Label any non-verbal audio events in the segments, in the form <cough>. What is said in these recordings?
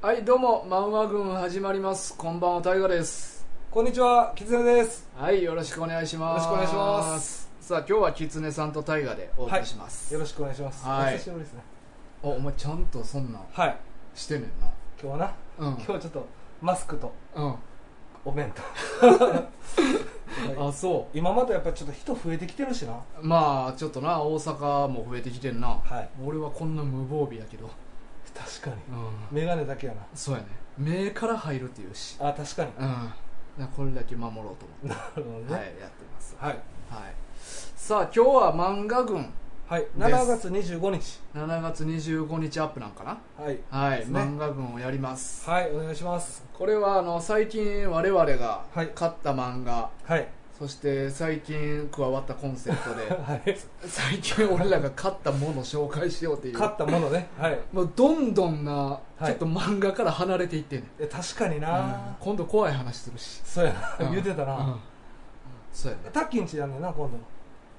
はいどうもマウマ軍始まりますこんばんはタイガですこんにちは、キツネです。はいよろしくお願いしますよろしくお願いしますさあ今日はキツネさんとタイガでお送りします、よろしくお願いします。はいお久しぶりですね。おお前ちゃんとそんなんはい。してねん今日はな、なうん今日はちょっとマスクとお弁うん当。あそ <laughs> 今までやっぱちょっと人増えてきてるしな。うまあちょっとな大阪も増えてきてんなはい。俺はこんな無防備やけど確かに。うんメガネだけやな。そうやね目から入るっていうしあ、確かにう。んだからこれだけ守ろうと思 <laughs> なるほどって、はいね。やってますはい。はいさあ今日は漫画群はい。す7月25日。 7月25日アップなんかなはい。はい、ですね漫画群をやりますはい、お願いします。これはあの最近我々がは買いった漫画、はい。そして最近加わったコンセプト <laughs> ではい。 <laughs> 最近俺らが買ったものを紹介しようっていう勝ったものね。はい。もうどんどんな、いちょっと漫画から離れていってんねんえ確かにうんな。今度怖い話するしそうやうな。ん言うてたうんな。そうやねタッキンちやんねんな、今度。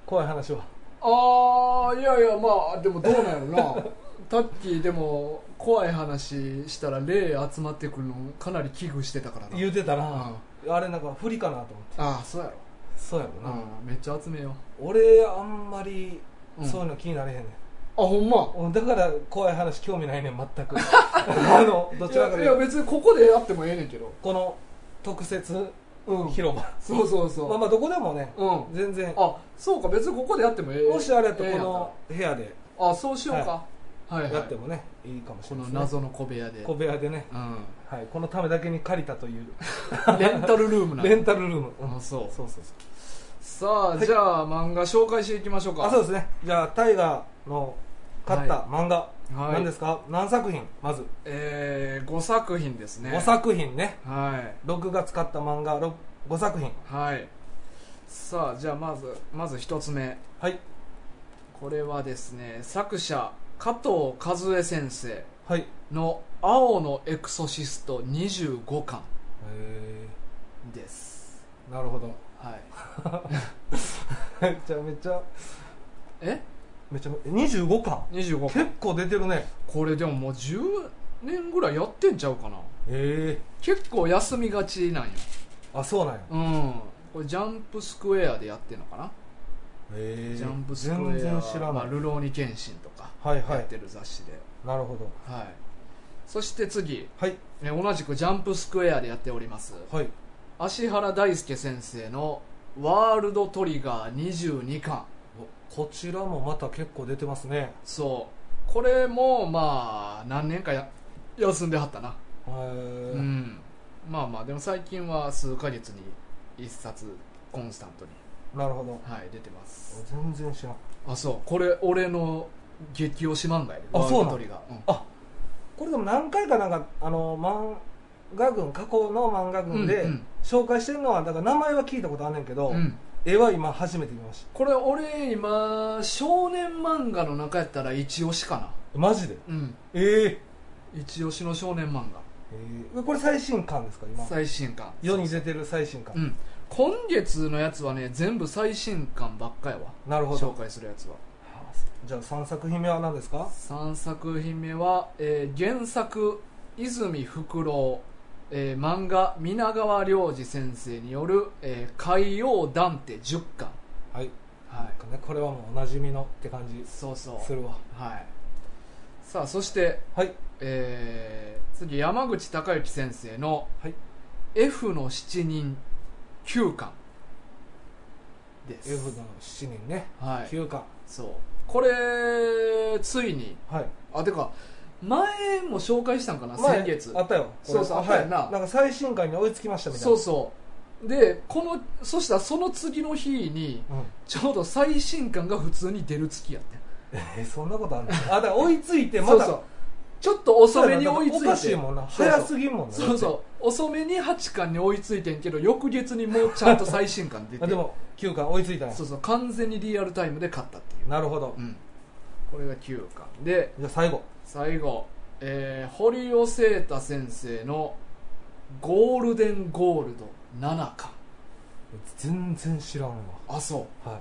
怖い話は。ああいやいやまあでもどうなんやろ <laughs> なタッキーでも怖い話したら霊集まってくるのかなり危惧してたからな言うてたな。あれなんか不利かなと思って。ああそうやろそうやろな。うんめっちゃ集めよ俺あんまりうんそういうの気になれへんねん、うあほんま俺だから怖い話興味ないねん <laughs> 全くあのどちらかいといやいうやと別にここでやってもええねんけどこの特設うん広場、そうそうそう、まあまあどこでもね、う全然あそうか別にここでやってもええもしあれやったえらえこんやったらの部屋であそうしようか、はいはいやってもね、い、いかもしこれなのい、ね、謎の小部屋で小部屋でね、うんはい、このためだけに借りたという <laughs> レンタルルームなのレンタルルーム、うんあそうそうそうそうさあ、じゃあ漫画紹介していきましょうかあそうですねじゃあタイガーの買った漫画、はい何ですか何作品まず、えー、5作品ですね5作品ねはい6月買った漫画ろ5作品はいさあじゃあまずまず一つ目はいこれはですね作者加藤和恵先生はいの「青のエクソシスト」25巻ですなるほど <laughs> はいめちゃめちゃえめちゃめ25巻25結巻構出てるねこれでももう10年ぐらいやってんちゃうかなへえ結構休みがちなんよあそうなんやうんこれジャンプスクエアでやってんのかな、へジャンプスクエア全然知まらなあ、いルローニケンシンとかはいはやっいてる雑誌で、なるほどはいそして次、はいね、同じくジャンプスクエアでやっておりますはい芦原大輔先生の「ワールドトリガー22巻おこちらもまた結構出てますね」そうこれもまあ何年かや休んではったなへえうんまあまあでも最近は数ヶ月に一冊コンスタントに、なるほどはい、出てます全然知らんあそうこれ俺の激推し漫画やであそうなワールのドトリガー、うんあこれでも何回かなんかあの漫画群過去の漫画群うでんうん紹介してるのはだから名前は聞いたことあんねんけど、うん絵は今初めて見ましこれ俺今少年漫画の中やったら一押しかなたマジでうんええ一押しの少年漫えーこれ最新刊ですか画今最新刊世に出てる最新刊、うん今月のやつはね全部最新刊ばっかやわなるほ紹ど介するやつはじゃあ3作品目は何ですか3作品目は、えー原作泉福郎、えー漫画皆川良二先生による「えー海洋ダンテ10巻はい、」はいなんかね、これはもうおなじみのって感じそうそうするわはいさあそして、はいえー次山口孝之先生のはい F の7人9巻です F の7人ね、はい9巻そうこれついにはいあてか前も紹介したんかな前先月あったよこれそうそうあったよなはい、なんか最新刊に追いつきましたみたいそうなそうでこのそしたらその次の日にうん、ちょうど最新刊が普通に出る月やってんえーそんなことあんのあだから追いついてまだそうそうちょっと遅めにそう追いつやないておかしいもんなそうそう早すぎんもんなそうそう遅めに8巻に追いついてんけど翌月にもうちゃんと最新 <laughs> 刊出てあでも9巻追いついたねそうそう完全にリアルタイムで買ったっていう、なるほど、うん、これが9巻でじゃあ最後最後、えー堀尾聖太先生の「ゴールデンゴールド7巻全然知らんわ」あそうはい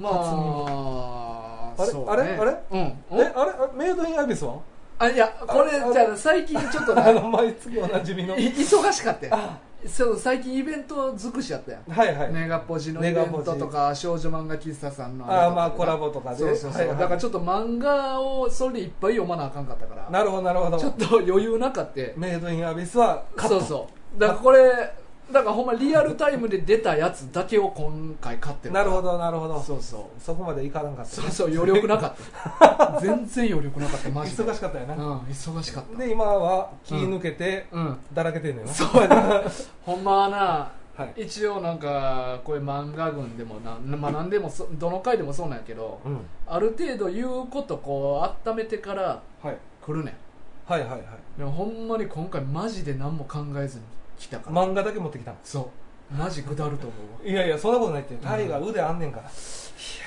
まあ初耳あれあれあれうんえあれあメイドインアビスは <laughs> あいやこれああじゃあ最近ちょっとあなの毎月おなじみのい忙しかったやあんそう最近イベント尽くしやったやんはいはい、ネガポジのイベントネガとか少女漫画喫茶さんのあれあとかまあコラボとかでそうそうそう、はいはいだからちょっと漫画をそれでいっぱい読まなあかんかったからなるほどなるほちょどっと余裕なかってメイドインアビスはカッそトうそうだからこれだからほんまリアルタイムで出たやつだけを今回買ってるなるほどなるほどそそうそうこまでいかなかったそうそう余力なかった <laughs> 全然余力なかったマジで忙しかったような、ん忙しかったで今は気抜けて、うんだらけてんのよなそうやな <laughs> ほんまはなはい、一応なんかこういう漫画群でもな、まあ、何でもそどの回でもそうなんやけどうんある程度言うことこう温めてからはい、来るねんはいはいはいでもほんまに今回マジで何も考えずに来たから、漫画だけ持ってきたのそうマジくだると思ういやいやそんなことないってタイが腕あんねんから、わ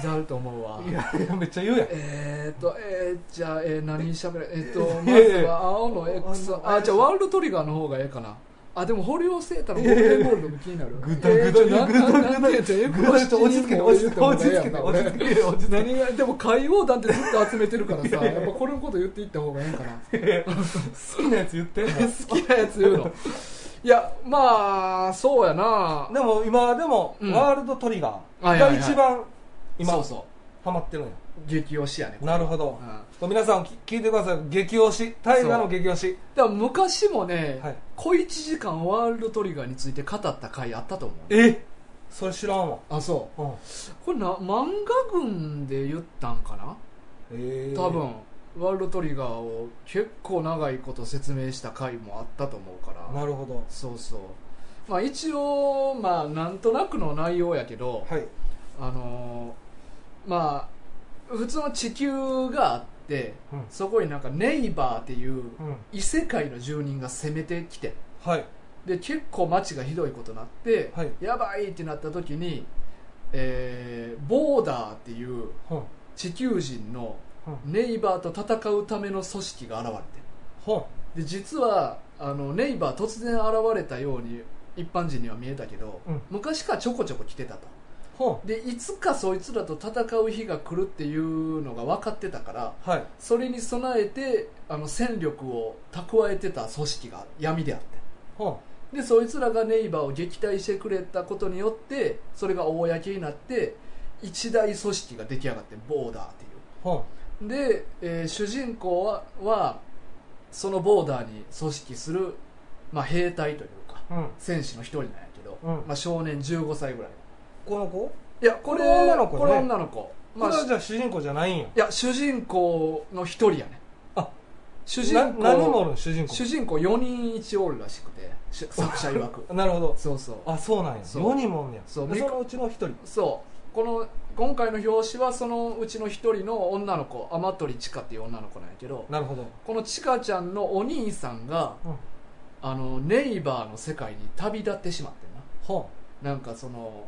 くだると思うわいやいやめっちゃ言うやんえーっとえー、じゃあ、えー、何しゃべるえーっといまやいやずは青 <laughs> の X あのあじゃあワールドトリガーの方がええかなあでも堀尾聖太のゴールデンボールドも気になるぐだぐだぐだぐだぐだぐだぐだ落ち着けて落ち着けて落ち着けて落ち着けて落ち着けて何 <laughs> がでも海王団ってずっと集めてるからさやっぱこれのこと言っていった方がええんかな <laughs> 好きなやつ言って好きなやつ言う <laughs> のいやまあそうやなでも今でもうんワールドトリガはーいはいはがい一番そう今そハマってるんやう激推しやねなるほど皆さんき聞いてください激推し大河の激推しでも昔もね、はい小1時間ワールドトリガーについて語った回あったと思うえそれ知らんわあそうんうこれな漫画群で言ったんかなえー多分ワールドトリガーを結構長いこと説明した回もあったと思うからなるほどそうそうまあ一応まあなんとなくの内容やけど、はいあのーまあ普通の地球があって、うんそこになんかネイバーっていううん異世界の住人が攻めてきてはいで結構街がひどいことになって、はいやばいってなった時に、えーボーダーっていうほん地球人のほんネイバーと戦うための組織が現れてほんで実はあのネイバー突然現れたように一般人には見えたけど、うん昔からちょこちょこ来てたとほんでいつかそいつらと戦う日が来るっていうのが分かってたからはいそれに備えてあの戦力を蓄えてた組織が闇であってほんでそいつらがネイバーを撃退してくれたことによってそれが公になって一大組織が出来上がってボーダーっていうほんで、えー主人公ははそのボーダーに組織する、まあ、兵隊というかうん戦士の一人なんやけど、うんまあ、少年15歳ぐらいこの子いやこれこれ女の子ねこれ女の子こまあ、れはしじゃあ主人公じゃないんやいや主人公の一人やねあ主人公な何人もおるん主人主公人公4人一応おるらしくてし作者 <laughs> 曰くなるほどそうそうあそうなんやそう4人もおんねやでそそうのうちの1人そうこの今回の表紙はそのうちの一人の女の子天鳥千佳っていう女の子なんやけどなるほどこの千佳ちゃんのお兄さんがうんあのネイバーの世界に旅立ってしまってんなほなんかその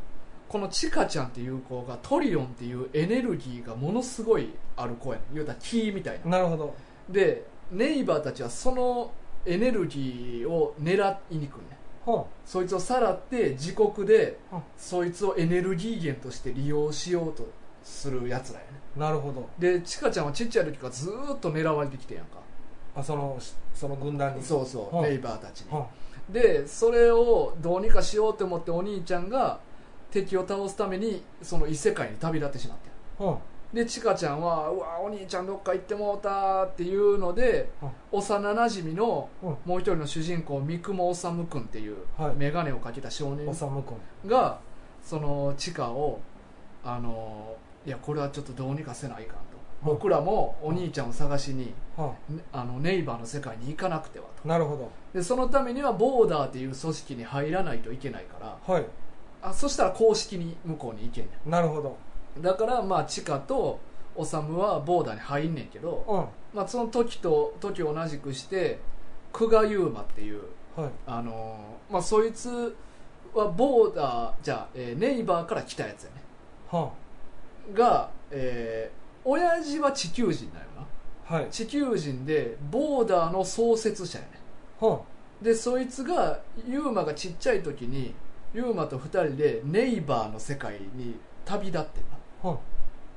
このチカちゃんっていう子がトリオンっていうエネルギーがものすごいある子やねん言うたら木みたいなんなるほどでネイバーたちはそのエネルギーを狙いに来るねんほそいつをさらって自国でうんそいつをエネルギー源として利用しようとするやつらやねうなるほどでチカちゃんはちっちゃい時からずーっと狙われてきてんやんかあそのしその軍団にそうそう、うんネイバーたちにはでそれをどうにかしようと思ってお兄ちゃんが敵を倒すためにその異世界に旅立ってしまってあはでちかちゃんは「うわお兄ちゃんどっか行ってもうた」っていうのでうん幼なじみのうんもう一人の主人公三雲修君っていうはい眼鏡をかけた少あ年おさむくんがそのちかをあのいやこれはちょっとどうにかせないかんとうん僕らもお兄ちゃんを探しにはねあのネイバーの世界に行かなくてはとあなるほでそのためにはボーダーっていう組織に入らないといけないからどはいあそしたら公式に向こうに行けんねなるほどんだからまあ知花と修はボーダーに入んねんけど、うまあ、その時と時を同じくして久我悠馬っていうんはいあのーまあそいつはボーダーじゃあ、えーネイバーから来たやつやねはが、えー親父は地球人だよなあはい地球人でボーダーの創設者やねはでそいつがユーマがちっちゃい時にユーマと二人でネイバーの世界に旅立ってんなあは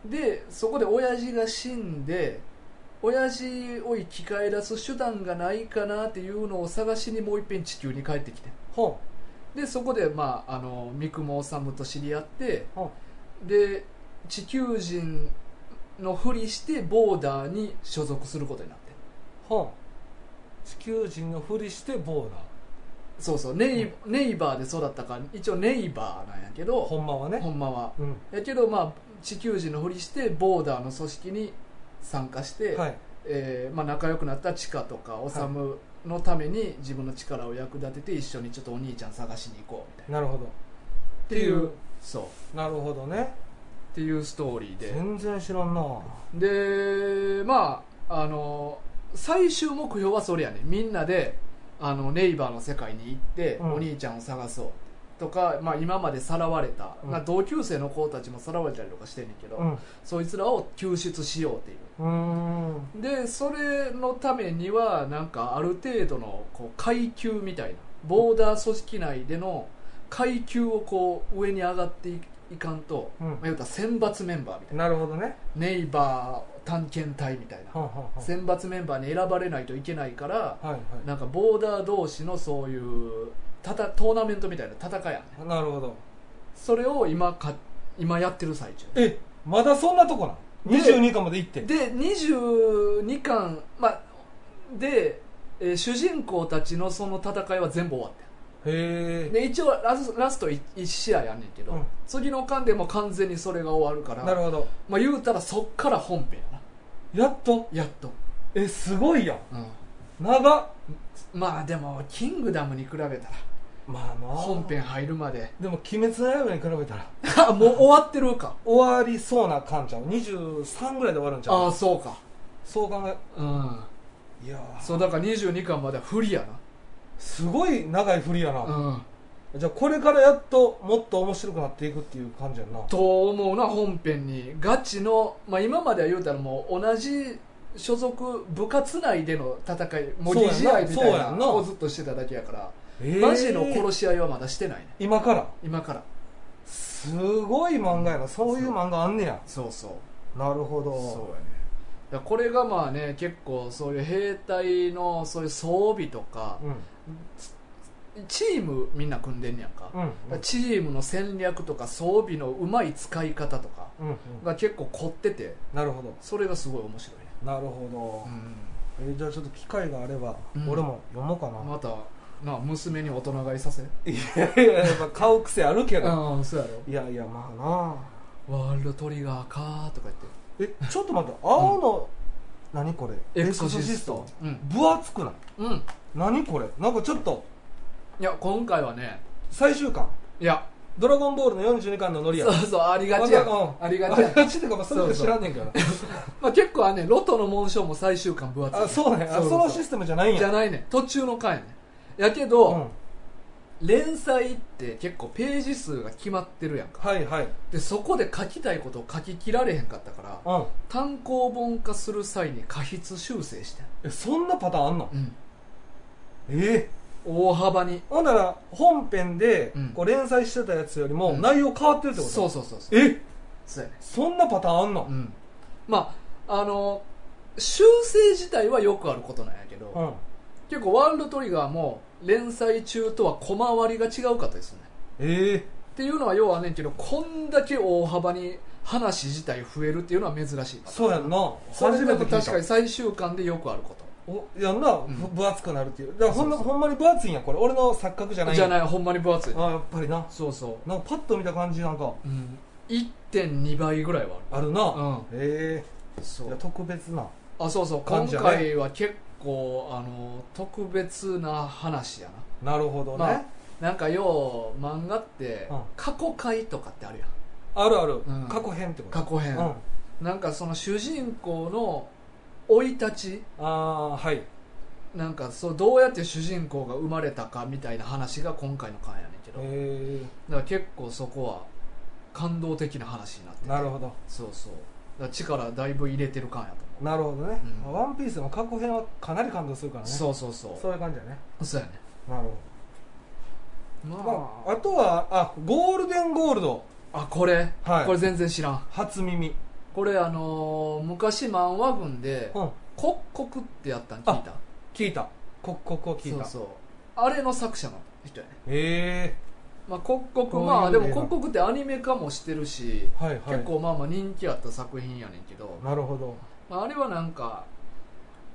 でそこで親父が死んで親父を生き返らす手段がないかなっていうのを探しにもう一遍地球に帰ってきてほでそこで、まあ、あの三雲治と知り合ってうほで地球人のふりしてボーダーに所属することになってうほう地球人のふりしてボーダーそうそうネイ,、ネイバーで育ったから一応ネイバーなんやけどほんまはねほんまはうんやけど、まあ、地球人のふりしてボーダーの組織に参加して、はいえーまあ、仲良くなったチカとか修のために自分の力を役立てて一緒にちょっとお兄ちゃん探しに行こうみたいななるほどっていうそうっなるほどねていうストーリーで全然知らんなでまああの最終目標はそれやねみんなであのネイバーの世界に行って、うんお兄ちゃんを探そうとか、まあ、今までさらわれた、うんまあ同級生の子たちもさらわれたりとかしてんねんけど、うんうそいつらを救出しようっていうーんでそれのためにはなんかある程度のこう階級みたいなボーダー組織内での階級をこう上に上がっていいかんと、うんまあ、言うたら選抜メンバーみたいななるほどねネイバー探検隊みたいなはんはんはんはい選抜メンバーに選ばれないといけないからはいなんかボーダー同士のそういうたたトーナメントみたいな戦いやねなるほどそれを今か今やってる最中えまだそんなとこなん22巻まで行ってで22巻、まあ、で、えー主人公たちのその戦いは全部終わっへてんえで一応ラスラスト 1, 試合やんねんけど、うん次の巻でもう完全にそれが終わるからなるほどまあ、言うたらそっから本編ややっとなやっと、えすごいやんうん長っまあでも「キングダム」に比べたらまあな本編入るまででも「鬼滅の刃」に比べたらあもう終わってるか終わりそうな感じゃん23ぐらいで終わるんちゃああうそうかそう考えうんいやーそうだから22巻までは不利やすごい長い振りやなな、うんじゃあこれからやっともっと面白くなっていくっていう感じやんなと思うな本編にガチの、まあ、今までは言うたらもう同じ所属部活内での戦い模擬試合みそうたいやななのをずっとしてただけやからえーマジの殺し合いはまだしてないね今から今からすごい漫画やなそういう漫画あんねやそうそうなるほどそうやねだからこれがまあね結構そういう兵隊のそういう装備とかうんチームみんな組んでんねやんか,、うんチームの戦略とか装備のうまい使い方とかうんうんが結構凝っててなるほどそれがすごい面白いねなるうほんど、えーじゃあちょっと機会があれば、うん俺も読もうかな、またな娘に大人買いさせいやいややっぱ買う癖あるけど、ああそうやろいやいやまあなワールドトリガーかーとか言ってえちょっと待って青の、何これエクソシストエクソシスト分厚くないうんい何これなんかちょっとや今回はね最終巻いや「ドラゴンボール」の42巻のノリやそうそうありがちやうんありがあちれやガチっていうかまあそれしか知らんねんからまあ結構はねロトの紋章も最終巻分厚いあそうねあそのシステムじゃないんやじゃないね途中の回ねやけど、うん連載って結構ページ数が決まってるやんかはいはいでそこで書きたいことを書ききられへんかったからうん単行本化する際に過筆修正してんえそんなパターンあんのうんええ大幅にほんなら本編でうんこう連載してたやつよりもうん内容変わってるってことそうそうそうそうえそうやねそんなパターンあんのうん、まああの修正自体はよくあることなんやけど、うん結構ワールドトリガーも連載中とは小回りが違うかったでするねええっていうのは要はねんけどこんだけ大幅に話自体増えるっていうのは珍しいそうやんなそれ初めて聞いた確かに最終巻でよくあるこおやんな、んふ分厚くなるっていうだからほんなそうそうほんまに分厚いんやこれ俺の錯覚じゃなといじゃいないほんまに分厚いあやっぱりなそうそなんかパッと見た感じなんかう、うん、1.2倍ぐらいはああるな、うんえるそえいや特別なあそうそう今感じやね回は結構あの特別な話やななるほどね、まあなんかよう漫画ってうん過去回とかってあるやんあるある、うん過去編ってこと過去編、うんあなんかその主人公の生い立ちあーはいなんかそうどうやって主人公が生まれたかみたいな話が今回の回やねんけど、だえから結構そこは感動的な話になってー、てなるほどそうそうだから力だいぶ入れてる感やと思なるほどね、うまんあワンピースの過去編はかなり感動するからう、ねそうそうそうそういう感じだねそうやねなるほまど、あ、まあ、あとはあゴールデンゴールドあこれ、はいこれ全然知らん初耳これあのー昔漫画群でうん「刻々ってやったん聞いた聞いた刻々を聞いたそうそうあれの作者の人やねえまあ刻こうい々うまあでも映画刻々ってアニメ化もしてるしえはいはい結構まあまあ人気あった作品やねんけど、なるほどまあ、あれはなんか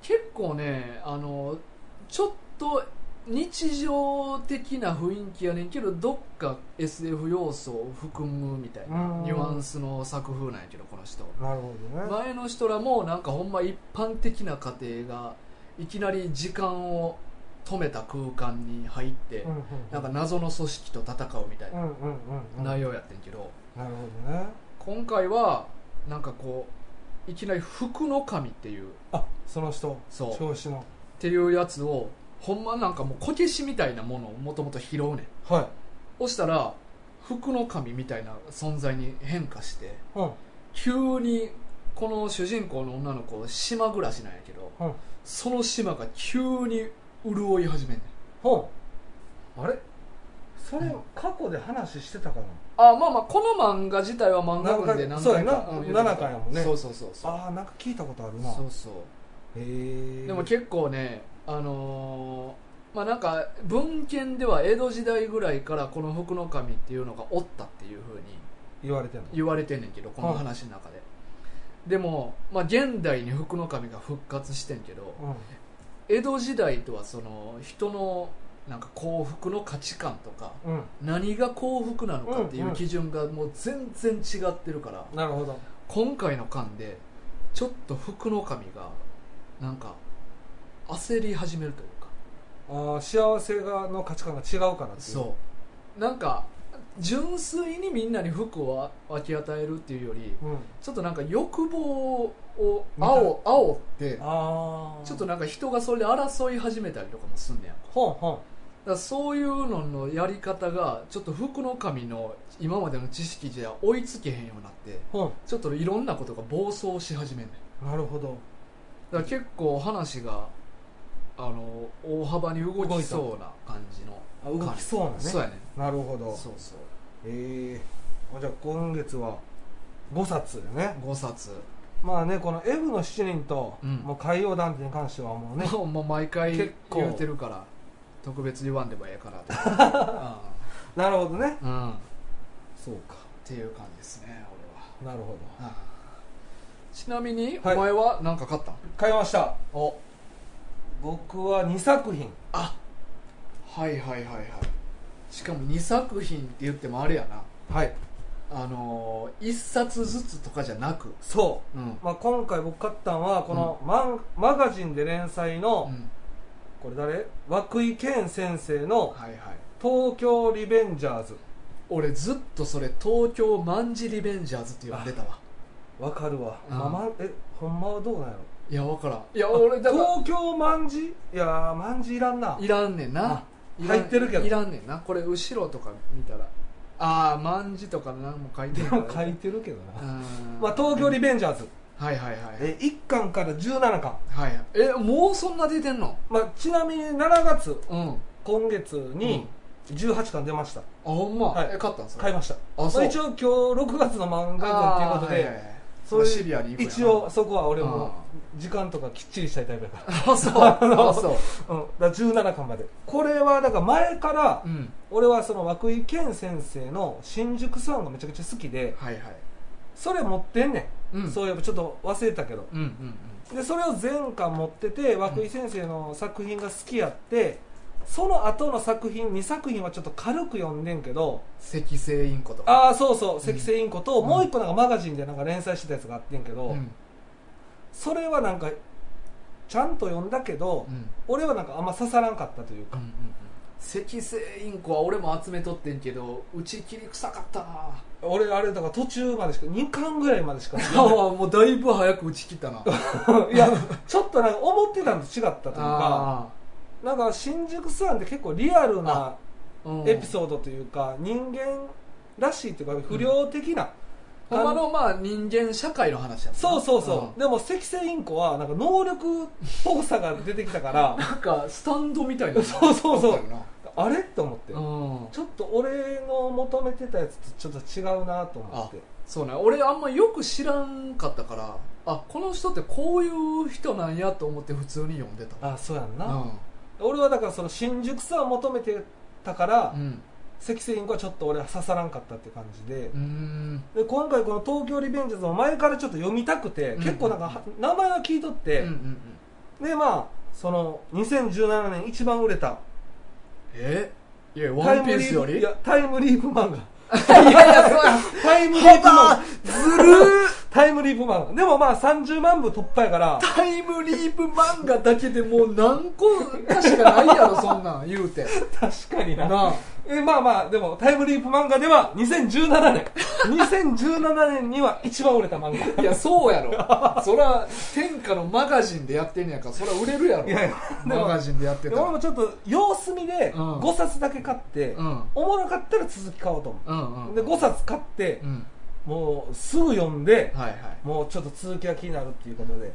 結構ねあのちょっと日常的な雰囲気やねんけどどっか SF 要素を含むみたいなうんニュアンスの作風なんやけどこの人なるほどね、前の人らもなんかほんま一般的な家庭がいきなり時間を止めた空間に入って、うんうんなんか謎の組織と戦うみたいうんうんうんうなん内容やってんけど、なるほどね今回はなんかこういきなり福の神っていうっあその人そう調子のていうやつをほんまなんかもうこけしみたいなものをもともと拾うねんはそしたら福の神みたいな存在に変化していうん急にこの主人公の女の子島暮らしなんやけど、うんその島が急に潤い始めんねんほうあれそれうん過去で話してたかなあまあまあこの漫画自体は漫画群で何回なんかかうんそうやな7回やもんねそうそうそうそうああなんか聞いたことあるなそうそうへえでも結構ねあのーまあなんか文献では江戸時代ぐらいからこの福の神っていうのがおったっていうふうに言われてんの言われてんねんけどこの話の中で、でも、まあ、現代に福の神が復活してんけど江戸時代とはその人のなんか幸福の価値観とかうん、うん何が幸福なのかっていんうううん基準がもう全然違ってるから、なるほど今回の巻でちょっと福の神がなんか焦り始めるというかあー幸せがの価値観が違うからっていうそうなんか純粋にみんなに福を分け与えるっていうよりう、うん、ちょっとなんか欲望を煽煽ってああちょっとなんか人がそれで争い始めたりとかもすんねやんかほんほんだからそういうののやり方がちょっと福の神の今までの知識じゃ追いつけへんようになってほちょっといろんなことが暴走し始めんねんんなるほどだから結構話があの大幅に動きそうな感じのあ動きそうなねそうやねなるほどそうそうええじゃあ今月は5冊でね5冊、まあねこの「エブの7人と」うんもう海洋団体に関してはもうね <laughs> も <laughs> うもう毎回結構言うてるから特別言わんでもええから <laughs> となるほどねうん、うん、っそうかていう感じですね俺はなるほどうんちなみに、はいお前は何か買ったん買いましたお僕は2作品あはいはいはいはいしかも2作品って言ってもあれやなはいあのー、1冊ずつとかじゃなくそうんう、まあ、今回僕買ったのはこのマン、マガジンで連載の、うん、これ誰涌井健先生のはいはい「東京リベンジャーズ俺ずっとそれ東京マンジリベンジャーズって呼んでたわ」わかるわ、うんまあまえほんまはどうなんやろいやわからんいや俺だから東京まんじいやーまんじいらんないらんねんなあいらん入ってるけどいらんねんなこれ後ろとか見たらああマンジとか何も書いてでんからも書いてるけどうな、んまあ、東京リベンジャーズ、はいはいはいえ1巻から17巻、はいえもうそんな出てんのまあ、ちなみに7月うんあ今月に18巻出ました、ほんま、はいえ買ったんすか買いましたあまそあ、う一応今日6月の漫画あー群ということはいはで、いはいそういうまあシビアに行くやな一応そこは俺も時間とかきっちりしたいタイプだ <laughs> かあそう <laughs> あそら,、うん、だから17巻までこれはだから前からううん俺はその涌井健先生の新宿サウンがめちゃくちゃ好きではいはいそれ持ってんね、うんんそういえばちょっと忘れたけどうんうんでそれを全巻持ってて涌井先生の作品が好きやってその後の作品2作品はちょっと軽く読んでんけどうん赤星インコとかあああそうそう赤星インコと、うんもう一個なんかマガジンでなんか連載してたやつがあってんけど、うんそれはなんかちゃんと読んだけど、うん俺はなんかあんま刺さらんかったといううんかうんうん赤星インコは俺も集めとってんけどうち切り臭かったな俺あれだから途中までしか2巻ぐらいまで <laughs> しかもうだいぶ早く打ち切った <laughs> ないやちょっとなんか思ってたのと違ったというかあなんか新宿スワンって結構リアルなー、うん、エピソードというか、人間らしいというか不良的な、ほんまのまあ人間社会の話やもんなそうそうそう、んでも赤星インコはなんか能力っぽさが出てきたからなんかスタンドみたいなそうそうそうあったよなあれと思って、うんちょっと俺の求めてたやつとちょっと違うなと思ってそうね俺あんまよく知らんかったからあこの人ってこういう人なんやと思って普通に読んでたあそうやんな、うん俺はだからその新宿さを求めてたから、うんセキセインコはちょっと俺は刺さらんかったって感じでうー,、んで今回この「東京リベンジャーズ」も前からちょっと読みたくて、うん結構なんかは名前は聞いとっうて、んうんうんでまあその2017年一番売れたえいやワンピースよりタイムリー <laughs> プいやタイムリープ漫画いやいやそうやタイムリープ漫幅画ずるータイムリープ漫画でもまあ30万部突破や <laughs> からタイムリープ漫画だけでもう何個かしかないやろそんなん言うて確かになあえまあまあでもタイムリープ漫画では2017年 <laughs> 2017年には一番売れた漫画いやそうやろそら天下のマガジンでやってんねやからそら売れるやろいやいやでもマガジンでやってでた俺らもちょっと様子見でうん5冊だけ買って、うんおもろかったら続き買おうと思うんう、うんで5冊買ってう、んもうすぐ読んで、はいはいもうちょっと続きが気になるっていうことで、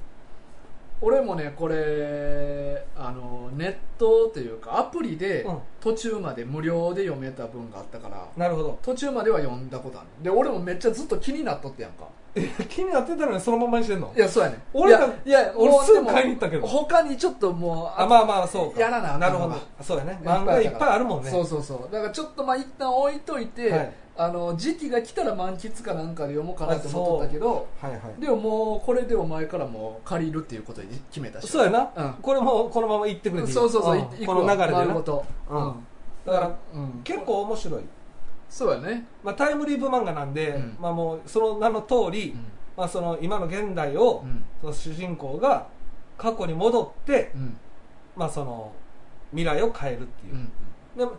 俺もねこれあのネットというかアプリでうん途中まで無料で読めた分があったからなるほど途中までは読んだことあるで俺もめっちゃずっと気になっとってやんかえ <laughs> 気になってたのにそのままにしてんのいやそうやね俺らいやいや俺もうすぐでも買いに行ったけど他にちょっともうあまあまあそうかやらなあかんなるほどそうやね漫画いっぱいあるもんねそうそうそうだからちょっとまあ一旦置いといて、はいあの時期が来たら満喫かなんかで読もうかなと思っとったけどはいはいでももうこれでお前からもう借りるっていうことに決めたしそうやな、うんこれもこのまま行ってくれていいそうそうそう、んい行くこの流れでなわ丸ごと、うんだから結構面白い、そうやね、まあ、タイムリープ漫画なんで、うんまあ、もうその名の通り、まあ、その今の現代を、うんその主人公が過去に戻って、うんまあ、その未来を変えるっていうう、んでも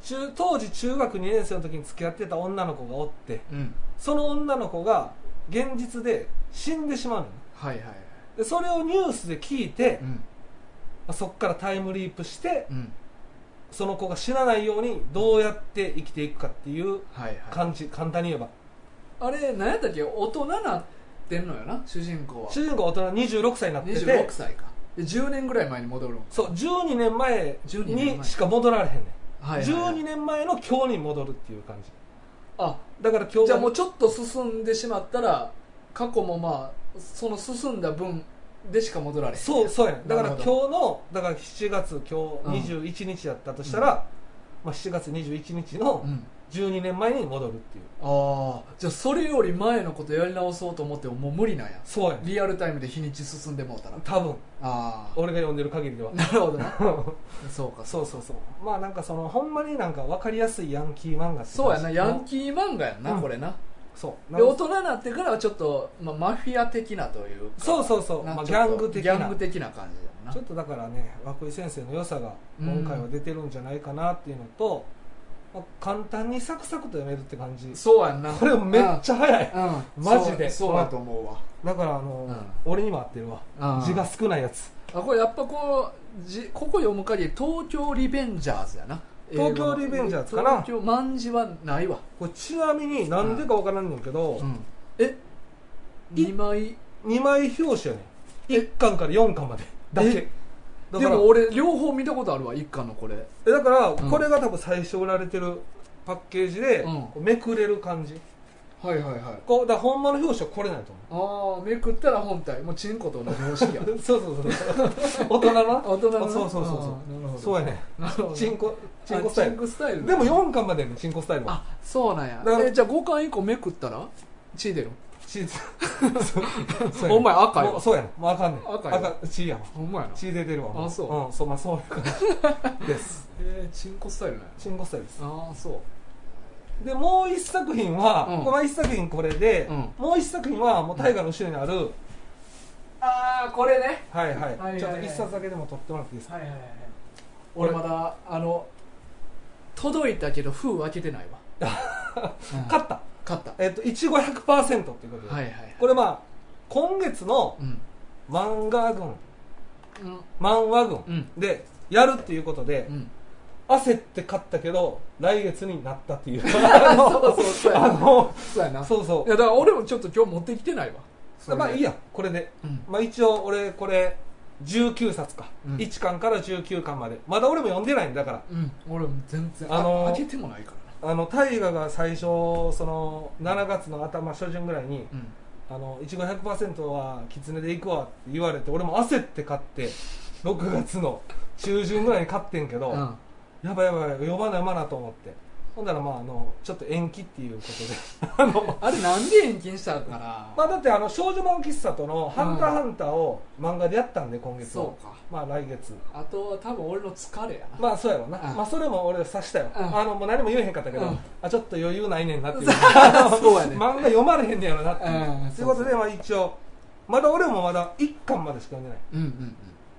中当時中学2年生の時に付き合ってた女の子がおってうんその女の子が現実で死んでしまうのよはいはいはいでそれをニュースで聞いて、うまんあ、そこからタイムリープしてうんその子が死なないようにどうやって生きていくかっていうはいはい感じ簡単に言えばあれ何やったっけ大人なってんのよな主人公は主人公は大人26歳になって26て歳かで10年ぐらい前に戻るのそう12年前12年に前しか戻られへんねん、はいはい12年前の今日に戻るっていう感じあだから今日じゃあもうちょっと進んでしまったら過去もまあその進んだ分でしか戻られへんそうそうやねんだからな今る日ほのだから7月今日21日だったとしたら、まあ、7月21日のうん12年前に戻るっていうああじゃあそれより前のことやり直そうと思ってももう無理なんやそうやねんリアルタイムで日にち進んでもうたら多分あ俺が読んでる限りではあなるほどなそうかそうそうそうそうまあなんかそのほんまになんか分かりやすいヤンキー漫画って感じそうやなヤンキー漫画やんな、うんこれなそうで大人になってからはちょっと、まあ、マフィア的なというかそうそうそう、なまあ、ギちょっャとング的ギャンなグ的な感じだもんなちょっとだからね涌井先生の良さが今回は出てるんじゃないかなっていうのと、まあ簡単にサクサクと読めるって感じそうやんなこれめっちゃ早いうん、うん、マジでそうそうやと思うわだからあの、うん俺にも合ってるわうん字が少ないやつあこれやっぱこうじここ読む限り東京リベンジャーズやな東京リベンジャーズかな東京卍はないわ、これちなみになんでかわからんねんけど、え二2枚2枚表紙やねんえ1巻から4巻までだけだでからも俺両方見たことあるわ一巻のこれえだからんこれが多分最初売られてるパッケージで、うんこうめくれる感じはいはいはいこうだからほんまの表紙はこれないと思うああめくったら本体もうチンコと同じ方式や <laughs> そうそうそう <laughs> 大人な大人のなそうそあーうそうなるほどそうそうやねなるほどチンコチンコスタあイチンルコスタイルでも4巻までやねんチンコスタイルはあそうなんやだからえじゃあ5巻以降めくったら血出るチーズ <laughs> そうそうやねんお前赤よもうそうやねんもうあかんねん赤よチーやわほんまやな、チー出てるわもあそうんそうまあそういう感 <laughs> じですえー、チンコスタイルなんやチンコスタイルですああそうでもう一作品は、うんまあ一作品これで、うんもう一作品はもう大河の後ろにある、ああこれねはいはい、はいはいちょっと一冊だけでも取ってもらっていいですかはいはいはい俺まだあの届いたけど封開けてないわ <laughs> うん勝った勝ったはえっといちご100%っていうことで、いはいはいこれまあ今月のうん漫画群うん漫画群うんでやるっていうことで、うん焦って勝ったけど来月になったっていうあの <laughs> そうそうそうやあのそうやなそうそいやだから俺もちょっと今日持ってきてないわうまあいいややこれで、うんまあ、一応俺これ19冊か、うん1巻から19巻までまだ俺も読んでないんだからうん俺も全然あのーあ開けてもないからあの大河が最初その7月の頭初旬ぐらいにね「あのいちご100%は狐でいくわ」って言われて俺も焦って買 <laughs> って6月の中旬ぐらいに買ってんけど、うん、うんやばいやばい読まな読まなと思ってほんだらまああのちょっと延期っていうことで <laughs> あのあれなんで延期にしたのかな、まあだってあの少女漫画喫茶との「ハンターハンター」を漫画でやったんで今月はそうかまあ来月あとは多分俺の疲れやなまあそうやろな、うんまあそれも俺察したよ、うんあのもう何も言えへんかったけど、うんあちょっと余裕ないねんなってい <laughs> そううやね漫画読まれへんねやろなっていう、うんということでまあ一応まだ俺もまだ1巻までしか読んでない、うんうんうん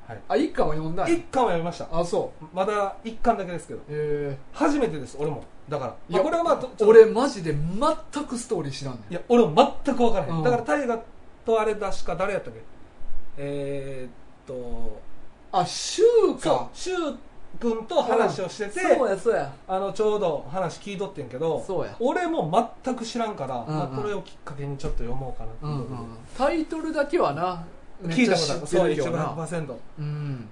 はいあ一巻は読んだんや1巻は読みましたあそうまだ1巻だけですけどえ初めてです俺もだからえまあこれはまあとちょっと俺マジで全くストーリー知らんねんいや俺も全く分からへん、うんだから大河とあれ確か誰やったっけえー、っとあ週そかう柊君と話をしてて、そうやそうやあのちょうど話聞いとってんけどそうや俺も全く知らんから、うんうんまあ、これをきっかけにちょっと読もうかなってういんううことんでタイトルだけはな聞いたことあるそそうう一応な100%うん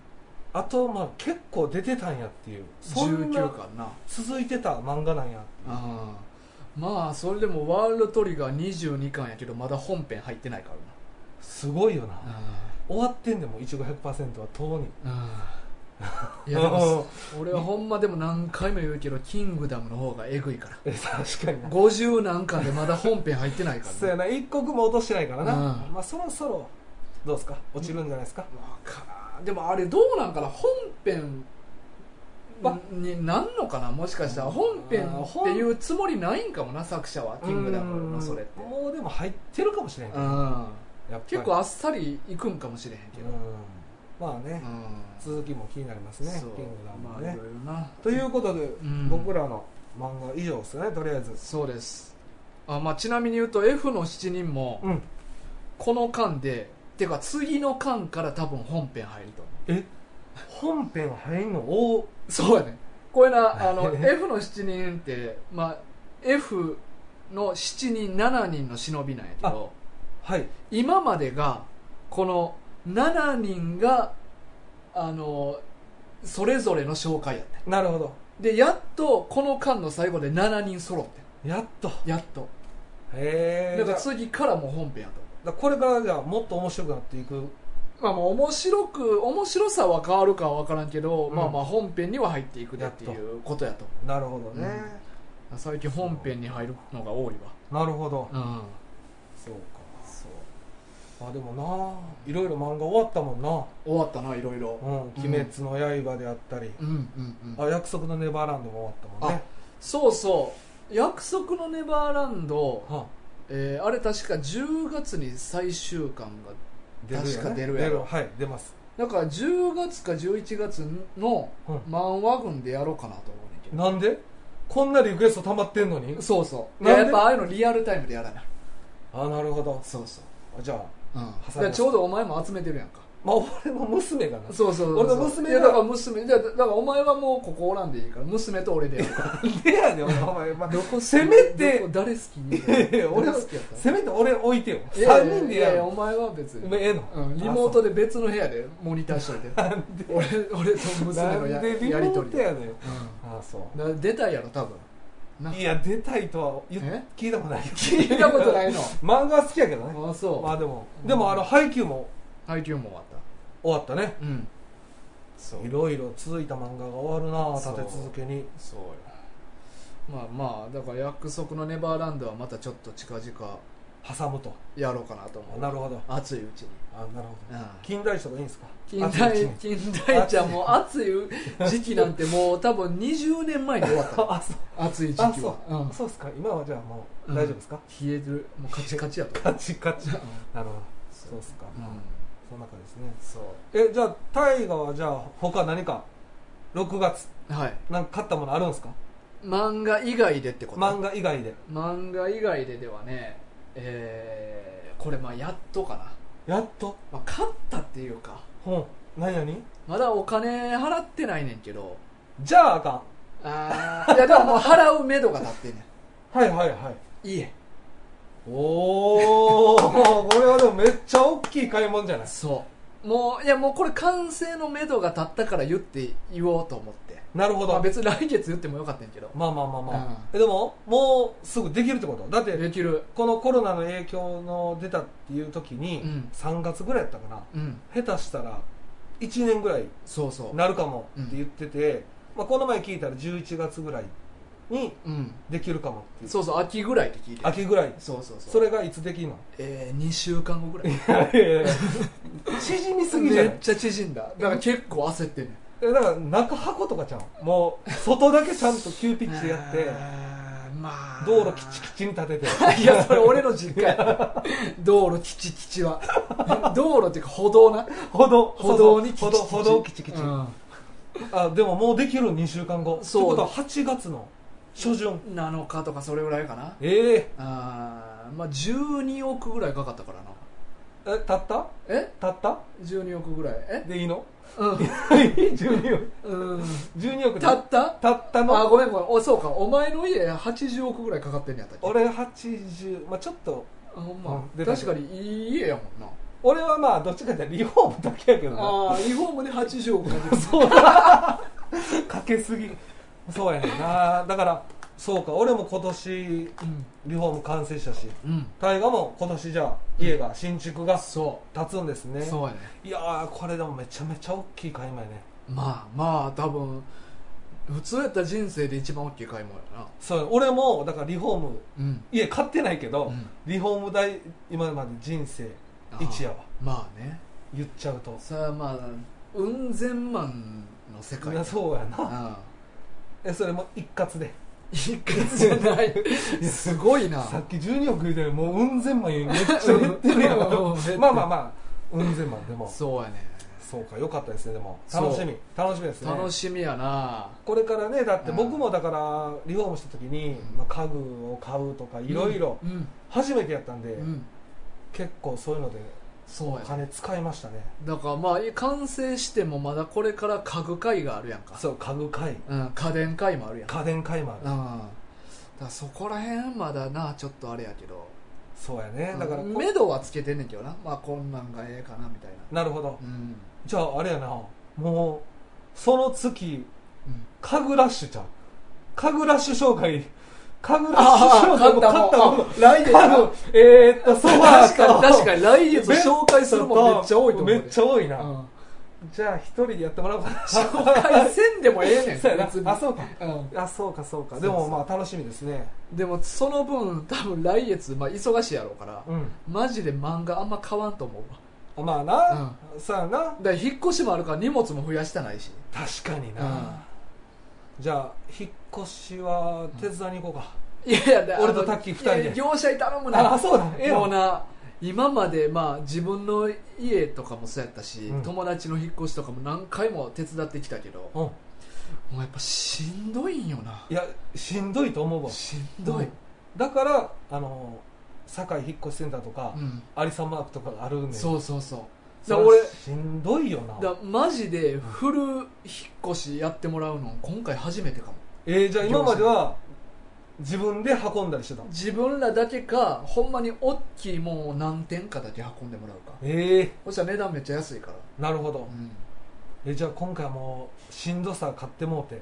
あとまあ結構出てたんやっていうそん19な巻な続いてた漫画なんやあーまあそれでもワールドトリガー22巻やけどまだ本編入ってないかすごいよならな終わってんでもいちご100%はとうにいやでも <laughs> 俺はほんまでも何回も言うけど「キングダム」の方がえぐいからえ確かにな50何巻でまだ本編入ってないから、そうやな一刻も落としてないからな、うんまあそろそろどうですか落ちるんじゃないですか、わからんでもあれどうなんかな本編わになんのかなもしかしたら本編っていうつもりないんかもな作者は「キングダム」のそれってうんもうでも入ってるかもしれんけうどんやっぱり結構あっさりいくんかもしれへんけどうんまあね、うん続きも気になりますねそうキングダムまはあいね、ろいろなということで、ん僕らの漫画以上ですねとりあえずそうですあ、まあ、ちなみに言うと F の7人もうんこの間でてか次の間から多分本編入ると思え本編入んのおうそうやねこれ <laughs> なあの F の7人って、まあ、F の7人7人の忍びなんやけどはい今までがこの7人があのそれぞれの紹介やったなるほどでやっとこの間の最後で7人揃ってやっとやっとへえだから次からもう本編やと思うこれからじゃあもっと面白くなっていくまあ、まあ面白く面白さは変わるかは分からんけど、うんまあまあ本編には入っていくでっていうことやとなるほどね、最近本編に入るのが多いなるほどわうんそうかそうあでもないろいろ漫画終わったもんな終わったないろいろ「うん、鬼滅の刃」であったり、うんうんうんあ約束のネバーランドも終わったもんねそうそう「約束のネバーランドは」えーあれ確か10月に最終巻が確か出るやろはい出ますだから10月か11月のうん漫画群でやろうかなと思うねんけど、なんでこんなリクエスト溜まってんのにそうそうなんでやっぱああいうのリアルタイムでやらないあなるほどそうそう、あじゃあうん、だからちょうどお前も集めてるやんかまあ俺の娘がなそうそうそう俺の娘がいやだから娘だだからお前はもうここおらんでいいから娘と俺でやる <laughs> からでやねんお前、まあ、どこせめてどこ誰好きにいやいや俺俺は好きやったせめて俺置いてよいやいや3人でいやいややるお前は別に、ええの、うん、リモートでで別の部屋でモニターしといて <laughs> 俺俺と娘のなやんでリモやりとーりトで、やねんあそうん、だから出たいやろ多分なういや出たいとは言っえ聞いたことないよ聞いたことないの <laughs> 漫画は好きやけどね <laughs> ああそう、まあでもでもあの配給も配給も終わっ終わったねたうんそういろいろ続いた漫画が終わるなそう立て続けにそうよまあまあだから約束のネバーランドはまたちょっと近々挟むとやろうかなとあ思うなるほど熱いうちに、あなるほうんど金田一とかいいんですか近あ代そう近代ちゃんも暑いう時期なんてもう多分20年前に終わっあそうた <laughs> 暑い時あ期そは、うう、ん、冷そうですか今はじゃあもう大丈夫ですか、えてるもうカチカチやと、カチカチうんなるほどそうですか、うん、そんな感じですねそうえじゃあ大河はじゃあ他何か6月はいなんか買ったものあるんですか漫画以外でってこと漫画以外で漫画以外でではねえー、これまあやっとかな、やっとまあ、勝ったっていうか本何何まだお金払ってないねんけどじゃああかあーいやでももう払うめどが立ってんねんはいはいはいんいいえ <laughs> おおこれはでもめっちゃ大きい買い物じゃないそうもういやもうこれ完成のめどが立ったから言って言おうと思って、なるほど、ままあ、あ、別に来月言ってもよかったんやけどまあまあまあ、うんえでももうすぐできるってことだってできるこのコロナの影響の出たっていう時に、うん3月ぐらいやったかなうん下手したら1年ぐらいそうそうなるかもって言ってて、まあ、この前聞いたら11月ぐらいにうんできるかもっていうそうそう秋ぐらいって聞いてる秋ぐらいそうそうそうそれがいつできんのえー、2週間後ぐ <laughs> らい縮みすぎじゃめなっいちゃ縮んだだから結構焦ってんねんえだから中箱とかちゃうもう外だけちゃんと急ピッチでやって <laughs> あーまあ道路キチキチに立て <laughs> ていやそれ俺の実家や <laughs> 道路キチキチは道路っていうか歩道な歩道歩道にキチそうキチそう歩道歩道キチキチ、うんあでももうできる2週間後そうってことは8月の初旬7日とかそれぐらいかなええあーまあ12億ぐらいかかったからなえたったえたった12億ぐらいえでいいのう <laughs> 12億ん、うん、 12億でたったたったのあごめんごめんおそうかお前の家80億ぐらいかかってんやったっけ俺80、まあ、ちょっとあほんうまん出たけ確どかにいい家やもんな俺はまあどっちかっていうとリフォームだけやけどなああリフォームで80億かけてるかけすぎそうやねんなだからそうか俺も今年リうん、フォーム完成したしうん、大河も今年じゃあ家が新築がそ建つんですねうそうやねいやーこれでもめちゃめちゃ大きい買い物やねまあまあ多分普通やったら人生で一番大きい買い物やなそう俺もだからリフォームうん家買ってないけど、うんリフォーム代今まで人生一夜はまあね言っちゃうとさあまあうん千万の世界いやそうやなああえそれも一括で一括じゃないすごいなさっき12億言うてるもううん千 <laughs> 万言うめっちゃ言ってるやんうんまあまあまあうん千万でもそうやねそうか良かったですねでもそう楽しみ楽しみですね楽しみやなこれからねだってうん僕もだからリフォームした時に、まあ、家具を買うとかいろいろうん初めてやったんで、うんうん結構そういうのでそうおやね金使いましたねだからまあ完成してもまだこれから家具会があるやんかそう家具買いうん、家電会もあるやん家電買いもあるうんだからそこら辺まだなちょっとあれやけどそうやねだからうんこ目処はつけてんねんけどなまあこんなんがええかなみたいななるほどうん、じゃああれやなもうその月うん、家具ラッシュちゃん家具ラッシュ紹介家具ラッシあュあ紹介買もった買ったもものん来月家具えー、っとソファー確かとに確かに来月紹介するもんめっちゃ多いと思うめっちゃ多いな、うんじゃあ一人でやってもらおうかな紹介せんでもええねんそうや <laughs> 別になあそうかうんあそうかそうかそうでそうもまあ楽しみですねでもその分多分来月、まあ、忙しいやろうから、うんマジで漫画あんま買わんと思うわあまあな、さあなだから引っ越しもあるから荷物も増やしたないし確かにな、じゃあ引っ越しは手伝いに行こうか、いやいやだ俺とタッキー二人でいや業者に頼むああなそうだええもうよな今までまあ自分の家とかもそうやったし、うん友達の引っ越しとかも何回も手伝ってきたけどもうんうやっぱしんどいんよないやしんどいと思うわしんどい、うんだからあの堺引っ越しセンターとか、うん有サマークとかがあるんでそうそうそうだそかられ俺しんどいよなだマジでフル引っ越しやってもらうの今回初めてかもえー、じゃあ今までは自分で運んだりしてたの自分らだけかほんまに大きいもんを何点かだけ運んでもらうかええそしたら値段めっちゃ安いからなるほど、うん、えじゃあ今回はもうしんどさ買ってもうて、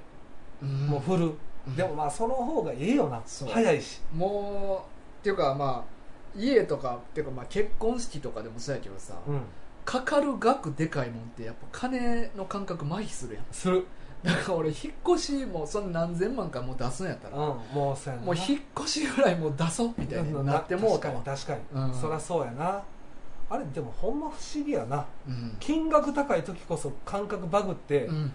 うんもうフル、うんでもまあその方がいいよなそう早いしもうっていうかまあ家とかっていうかまあ結婚式とかでもそうやけどさ、うんかかる額でかいもんってやっぱ金の感覚麻痺するやんするだから俺引っ越しもそんな何千万かもう出すんやったうんらもうそうやなもう引っ越しぐらいもう出そうみたいになってもうたわ確かに確かに、うんそりゃそうやなあれでもほんま不思議やなうん金額高い時こそ感覚バグって、うん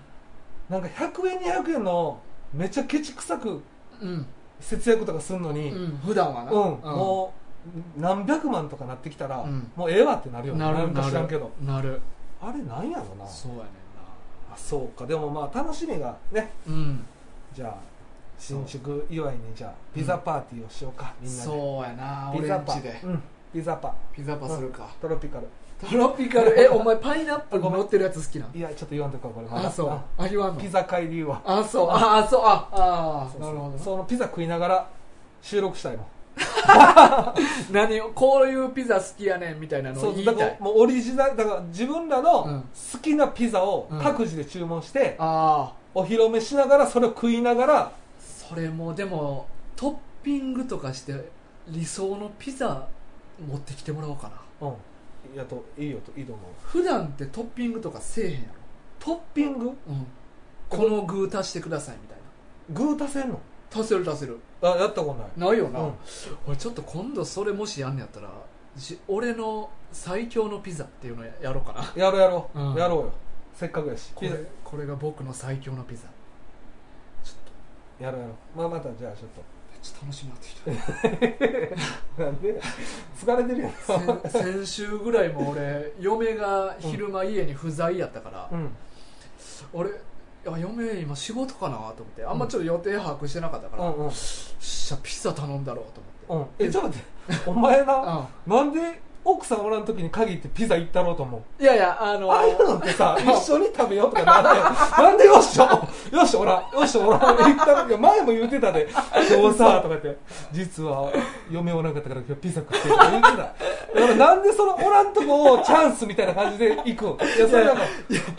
なんか100円200円のめっちゃケチくさくうん節約とかするのに、うん普段はなうん、もう何百万とかなってきたら、うんもうええわってなるよねなるんかな知らんるけどなるあれなんやろなそうやねあそうかでもまあ楽しみがねんなうんじゃあ新宿祝いにじゃあピザパーティーをしようか、みんなでそうやなピ俺ザんパちでうんピザパピザパするかトロピカルトロピカルえお前パイナップル乗ってるやつ好きなんいやちょっと言わんとここれまだあそうあ言わんのピザ買い理由はあそうああそうああそうーそなうるほどそのピザ食いながら収録したいの何をこういうピザ好きやねんみたいなのそを言ういだたからいもうオリジナルだから自分らうのん好きなピザをうん各自で注文して、ああお披露目しながらそれを食いながらそれもでもトッピングとかして理想のピザ持ってきてもらおうかなうんやといいよといいと思う普段ってトッピングとかせえへんやトッピングろ、うん、この具足してくださいみたいな具足せんの足せる足せるあやったことないないよな、うん俺ちょっと今度それもしやんねやったらじ俺の最強のピザっていうのややろうかなやろうやろう、うんやろうよせっかくやしこれこれが僕の最強のピザやろうやろうまあまたじゃあちょっめっちゃ楽しみになってきたとなんで <laughs> 疲れてるやん先先週ぐらいも俺嫁が昼間家に不在やったから、うん俺いや嫁今仕事かなと思ってあんまちょっと予定把握してなかったから、うんうんしゃピザ頼んだろうと思って、うんえちょっと待ってお前なあなんで奥さんおらん時に限ってピザ行ったろうと思ういやいやあのああいうのって <laughs> さ、一緒に食べようとかなんで、なんでよっしょ、よっしょ、おら、よっしょ、おら、言ったいや前も言ってたで、どうさ、とか言って、実は、嫁おらんかったから今日ピザ食ってるとか言ってた。だからなんでそのおらんとこをチャンスみたいな感じで行くんいや、それなんか、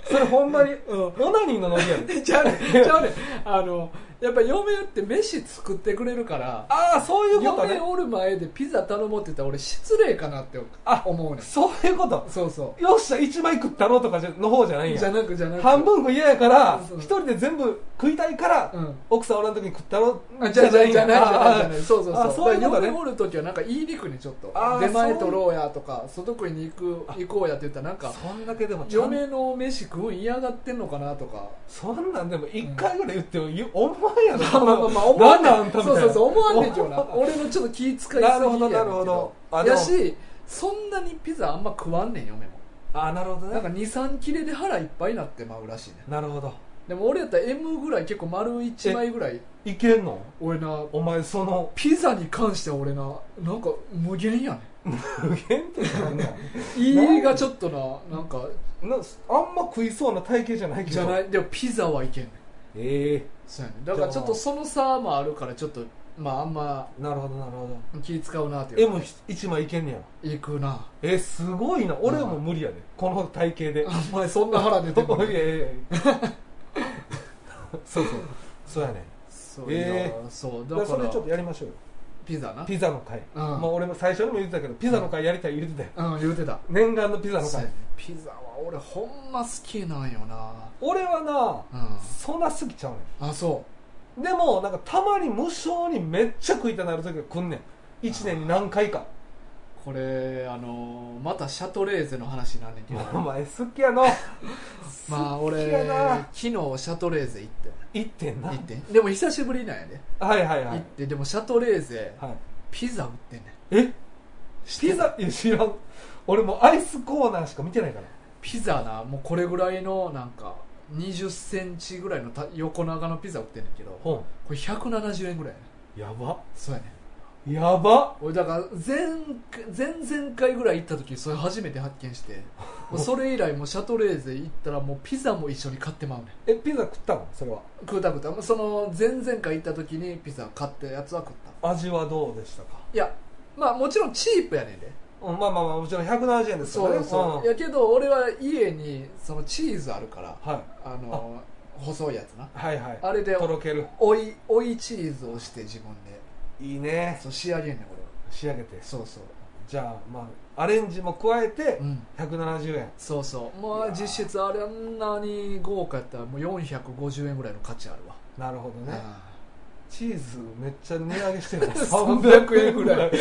それほんまに、オナニーのノリや <laughs> で。ちゃうねちゃうねあのやっぱ嫁って飯作ってくれるからああ、そういうこと嫁ね。おる前でピザ頼もうって言ったら俺失礼かなってあ思うねんそういうこと。そうそよっしゃ、一枚食ったろうとかじゃの方じゃなういんじゃや。なくじゃなく半分食い嫌やから、そうそう一人で全部食いたいから、うん奥さんおらん時に食ったろあじゃあじゃあじゃあないじゃないじゃないそうそうあそうそういうことねだから嫁おる時はなんか言いにくいねちょっとあー出前取ろうやとか外食いに行く行こうやって言ったらなんかそんだけでもちゃん嫁の飯食うん嫌がってんのかなとかそんなんでも一回ぐらい言っても、言う思わんや <laughs> まあまろ、あ <laughs> まあ思なわんんねなんあんんたみたそいうなそうそう思わんねんけどな俺のちょっと気遣いすぎやねんけなるほどなるほどあでもやしそんなにピザあんま食わんねん嫁もあなるほどなんかね23切れで腹いっぱいになってまうらしいねんなるほどでも俺やったら M ぐらい結構丸1枚ぐらいいけんの俺なお前そのピザに関しては俺ななんか無限やね無限ってな <laughs> んなん言いがちょっとななんかなあんま食いそうな体型じゃないけどじゃないいでもピザはいけんねんえそうやねんだからちょっとその差もあるからちょっとまああんまえなるほどなるほど気使うなっていう M 一枚いけんねやろ行くなえすごいな俺はもう無理やで、この体型であんまりそんな腹出てこない <laughs> いや <laughs> いやいやそうそうそうやねそう,、えーそうだだかかららそれちょっとやりましょうよピザなピザの会、うんまあ、俺も最初にも言ってたけどピザの会やりたい言ってたようん言うてた念願のピザのそうや会ねピザは俺ほんま好きなんよな俺はなうんそんな好きちゃうねあそんでもなんかたまに無性にめっちゃ食いたなる時が来んねん1年に何回かうこれあのーまたシャトレーゼの話なん <laughs> ねんけどお前好きやの <laughs> まあ好俺き昨や日なシャトレーゼ行って行ってんな行ってんでも久しぶりなんやね、はいはいは行っい、てでもシャトレーゼはい、ピザ売ってんねんえ知ってピるザいや知らん俺もうアイスコーナーしか見てないからピザなもうこれぐらいのなんか2 0ンチぐらいのた横長のピザ売ってんねんけどこれ本170円ぐらいやねやばそうやねんやば俺だから前前々回ぐらい行った時それ初めて発見して <laughs> もうそれ以来もうシャトレーゼ行ったらもうピザも一緒に買ってまうねんえピザ食ったのそれは食うた食うたその前々回行った時にピザ買ったやつは食った味はどうでしたか、いやまあもちろんチープやねんでうん、まあまあまあもちろん170円ですかそらねうそう、んやけど俺は家にそのチーズあるからは、あの細いやつないはいはいあれでとろける追い追いチーズをして自分でいいねそう仕上げんねん俺は仕上げてそうそうじゃあまあアレンジも加えてうん170円、そうそうまいあやー実質あれあんなに豪華やったらもう450円ぐらいの価値あるわなるほどね、あチーズめっちゃ値上げしてる <laughs> 300円ぐらい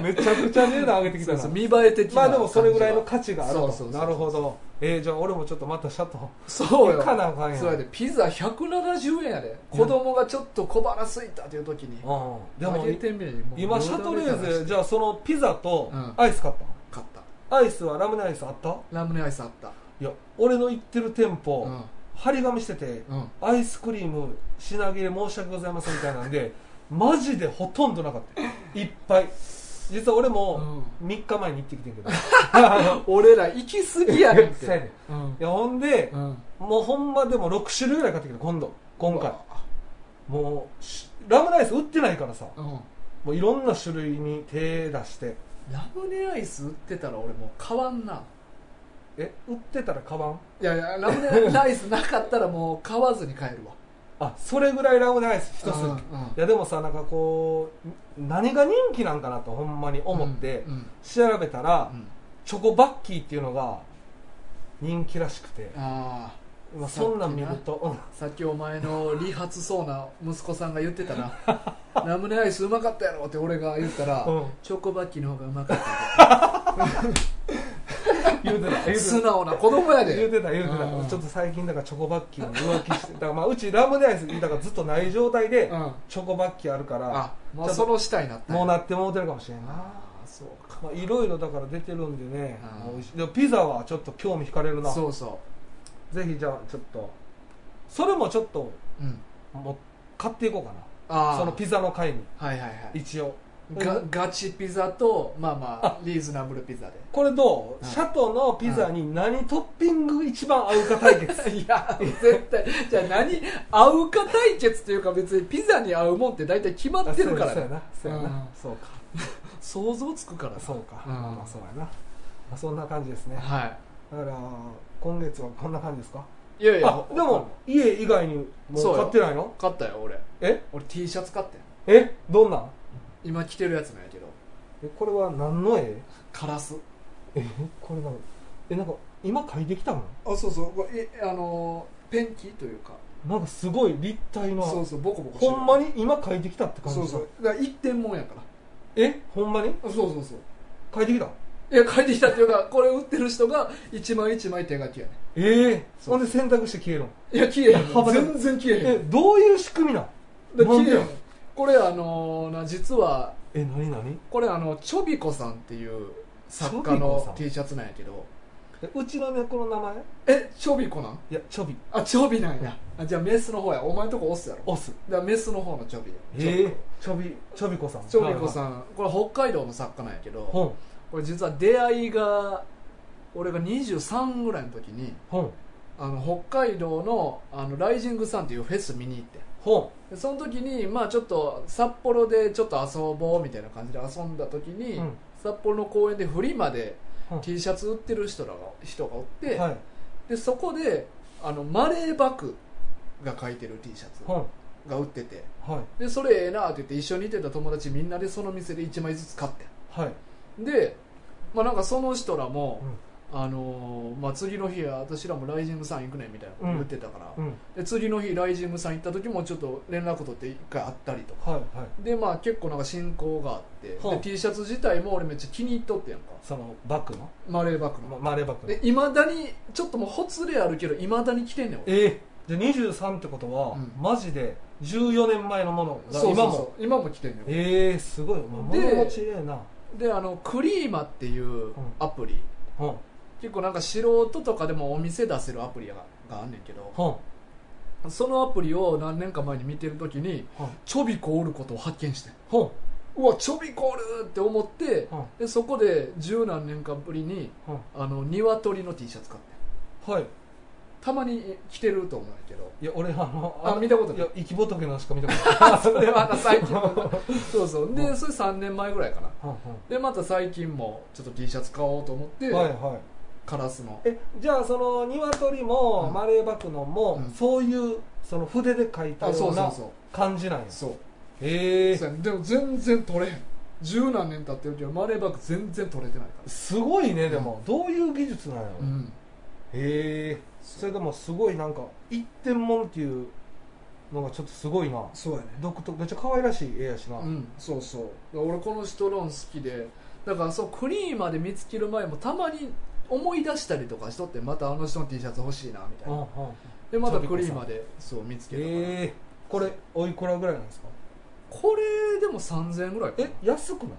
めちゃくちゃ値段上げーてきたそうなそう見栄え的なまあでもそれぐらいの感価値があるとそうそうそうなるほどえー、じゃあ俺もちょっとまたシャトじはそうよ行かなあかんやんそうやでピザ170円やで子供がちょっと小腹すいたっていう時にー、うん、であげもてみ今シャトレーゼじゃあそのピザとうんアイス買ったの、買ったアイスはラムネアイスあったラムネアイスあったいや俺の行ってる店舗、うん張り紙しててうんアイスクリーム品切れ申し訳ございませんみたいな <laughs> んでマジでほとんどなかったよいっぱい実は俺も3日前に行ってきてんけど俺ら行き過ぎやねんっ <laughs> そうやてねうんいやほんでう、んもうほんまでも6種類ぐらい買ってきて今度今回もうしラムライス売ってないからさうんもういろんな種類に手出してラムネアイス売ってたら俺もう買わんなえ売ってたらカバンいやいやラムネアイスなかったらもう買わずに帰るわあそれぐらいラムネアイス一つ、うんうんいやでもさなんかこう何が人気なんかなとほんまに思ってうんうん調べたら、うんチョコバッキーっていうのが人気らしくて、あまあ、そんなん見ると、うんあさっきお前の理髪そうな息子さんが言ってたな <laughs> ラムネアイスうまかったやろって俺が言ったら、うんチョコバッキーの方がうまかった言うてた言うてた素直な子供やで言うてた言うてうんたちょっと最近だからチョコバッキーの浮気してだからまあうちラムネアイスだからずっとない状態でうんチョコバッキーあるからあもうその下になったんやもうなってもうてるかもしれんなああそうかまあいろいろだから出てるんでねうん美味しいでもピザはちょっと興味惹かれるなぜそうそひじゃあちょっとそれもちょっとううんもう買っていこうかあなあそのピザの回にはいはいはい一応がガチピザとまあまあリーズナブルピザでこれどううんシャトーのピザに何トッピング一番合うか対 <laughs> 決いや絶対じゃあ何合うか対決というか別にピザに合うもんって大体決まあってるからそうやねなそうやうんなそうか想像つくからそうか、うんまあまあそうやな、まあ、そんな感じですねはだから今月はこんな感じですかいいやいやあでも家以外にそうもうよ買ってないの買ったよ俺え俺 T シャツ買ったよえどんなん今着てるやつなんやけどえこれは何の絵カラスえこれなのえなんか今描いてきたのあそうそうこれえあのーペンキというかなんかすごい立体のそうそうボコボコしてるほんまに今描いてきたって感じそうそうだから一点もんやからえほんまにそうそうそう描いてきたいや帰ってきたっていうかこれ売ってる人が一枚一枚手書きやねええそうほんで洗濯して消えるのいや消えへんいや幅で全然消えへえんどういう仕組みなんでなん綺で麗ややんこれあのーな実はえ何何これあのチョビコさんっていう作チ家ョビコさのん T シャツなんやけどえうちの猫の名前えチョビコなんいやチョビあチョビなんやあじゃあメスの方やお前んとこオスやろオスだからメスの方のチョビええチョビチョビ子さんチョビコさんこれ北海道の作家なんやけど本これ実は出会いが俺が23ぐらいの時に本あの北海道のあのライジングサンっていうフェス見に行って本でその時にまあちょっと札幌でちょっと遊ぼうみたいな感じで遊んだ時に、うん札幌の公園でフリマでうん T シャツ売ってる人らが人がおって、はいでそこであのマレーバクが書いてる T シャツ本が売っててはいでそれええなって言って一緒にいてた友達みんなでその店で1枚ずつ買ってはいんで、まあ、なんかその人らもう、んあのーまあ、次の日は私らもライジングさん行くねみたいなこと言ってたから、うんで次の日ライジングさん行った時もちょっと連絡取って一回会ったりとかはいはいでまあ結構なんか親交があって、はあで T シャツ自体も俺めっちゃ気に入っとってやんかそのバッグのマレーバックまのマレーバッグのでいまだにちょっともうほつれあるけどいまだに着てんねん俺ええじゃあ23ってことはうんマジで14年前のものがそうそう今そもう今も着てんねん俺ええすごいまあで物持ちええなであのクリーマっていうアプリ、本結構なんか素人とかでもお店出せるアプリががあんねんけど本そのアプリを何年か前に見てる時に本チョビコおることを発見してん本うわチョビコおるって思ってはでそこで十何年間ぶりに本あの鶏の T シャツ買ってんはいたまに着てると思うんやけどいや俺あのあ見たことないや生き仏のしか見た <laughs> ことないそれはな <laughs> 最近のそうそうでそれ3年前ぐらいかな本本でまた最近もちょっと T シャツ買おうと思って、はいはいカラスのえじゃあその鶏も、うんマレーバクノンも、うんそういうその筆で描いたあそよううそうなそう感じなんやそうへえそうやねでも全然取れへん十何年経ってるけどマレーバック全然取れてないからすごいねでも、どういう技術なんやろ、うんへえそれでもすごいなんか一点物っていうのがちょっとすごいなそうやね独特めっちゃ可愛らしい絵やしな、うんそうそうだから俺この人論好きでだからそうクリーマで見つける前もたまに思い出したりとかしとってまたあの人の T シャツ欲しいなみたいうんうなんでまたちょびっクこさリんーマでそう見つけたから、へえこれおいくらぐらいなんですかこれでも3000円ぐらいかなえ安くない、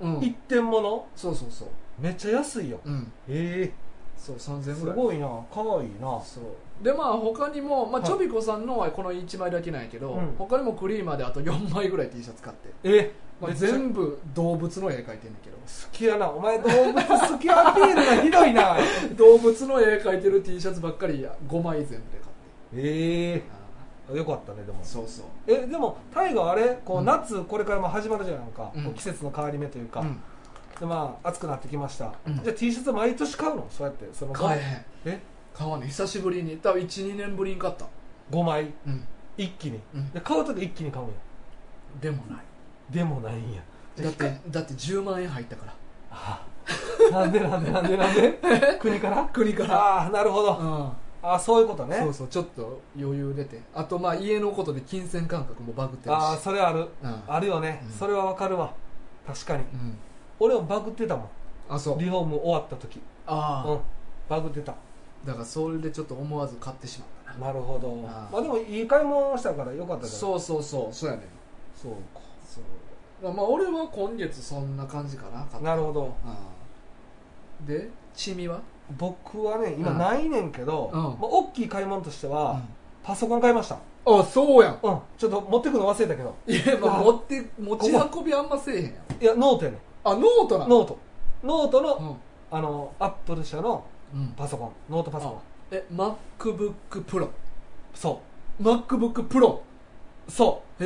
うん一点物そうそうそうめっちゃ安いようんへそうえ3000すぐらいごいな可愛いなそうでまあ他にも、まあ、はいちょびこさんのはこの1枚だけなんやけど、うん他にもクリーマーであと4枚ぐらい T シャツ買って、えまあ、めっちゃ全部動物の絵描いてんねんけど好きやなお前動物好きアピールがひどいな動物の絵描いてる T シャツばっかり5枚全部で買ってええよかったねでもそうそうえでも大河はあれこううん夏、これからまあ始まるじゃないか、うんこう季節の変わり目というか、うんでまあ暑くなってきました、うんじゃあ T シャツ毎年買うのそうやってその買えへんえ買わね久しぶりに多分12年ぶりに買った5枚うん一気に、うんで買う時一気に買うんやでもないでもないんやじゃだあってだって10万円入ったからあなんでなんでなんでなんで <laughs> 国から国からああなるほど、うんああそういうことねそうそうちょっと余裕出てあとまあ家のことで金銭感覚もバグってるしああそれある、うんあるよね、うんそれはわかるわ確かにうん俺もバグってたもんあそうリフォーム終わった時ああ、うんバグってただからそれでちょっと思わず買ってしまったななるほどあーまあでもいい買い物したからよかったじゃんうそうそうそうそうやねそうかまあまあ俺は今月そんな感じかな買ったなるほどうんでチミは僕はね今うんないねんけど、うんまあ、大きい買い物としては、パソコン買いましたあそうやんうんちょっと持ってくの忘れたけど <laughs> いやまああ持って持ち運びあんませえへんやんいやノートやねあノートなんノートノートの、うんあのアップル社のうんパソコンノートパソコンあえ MacBook ProMacBook そ Pro うそへ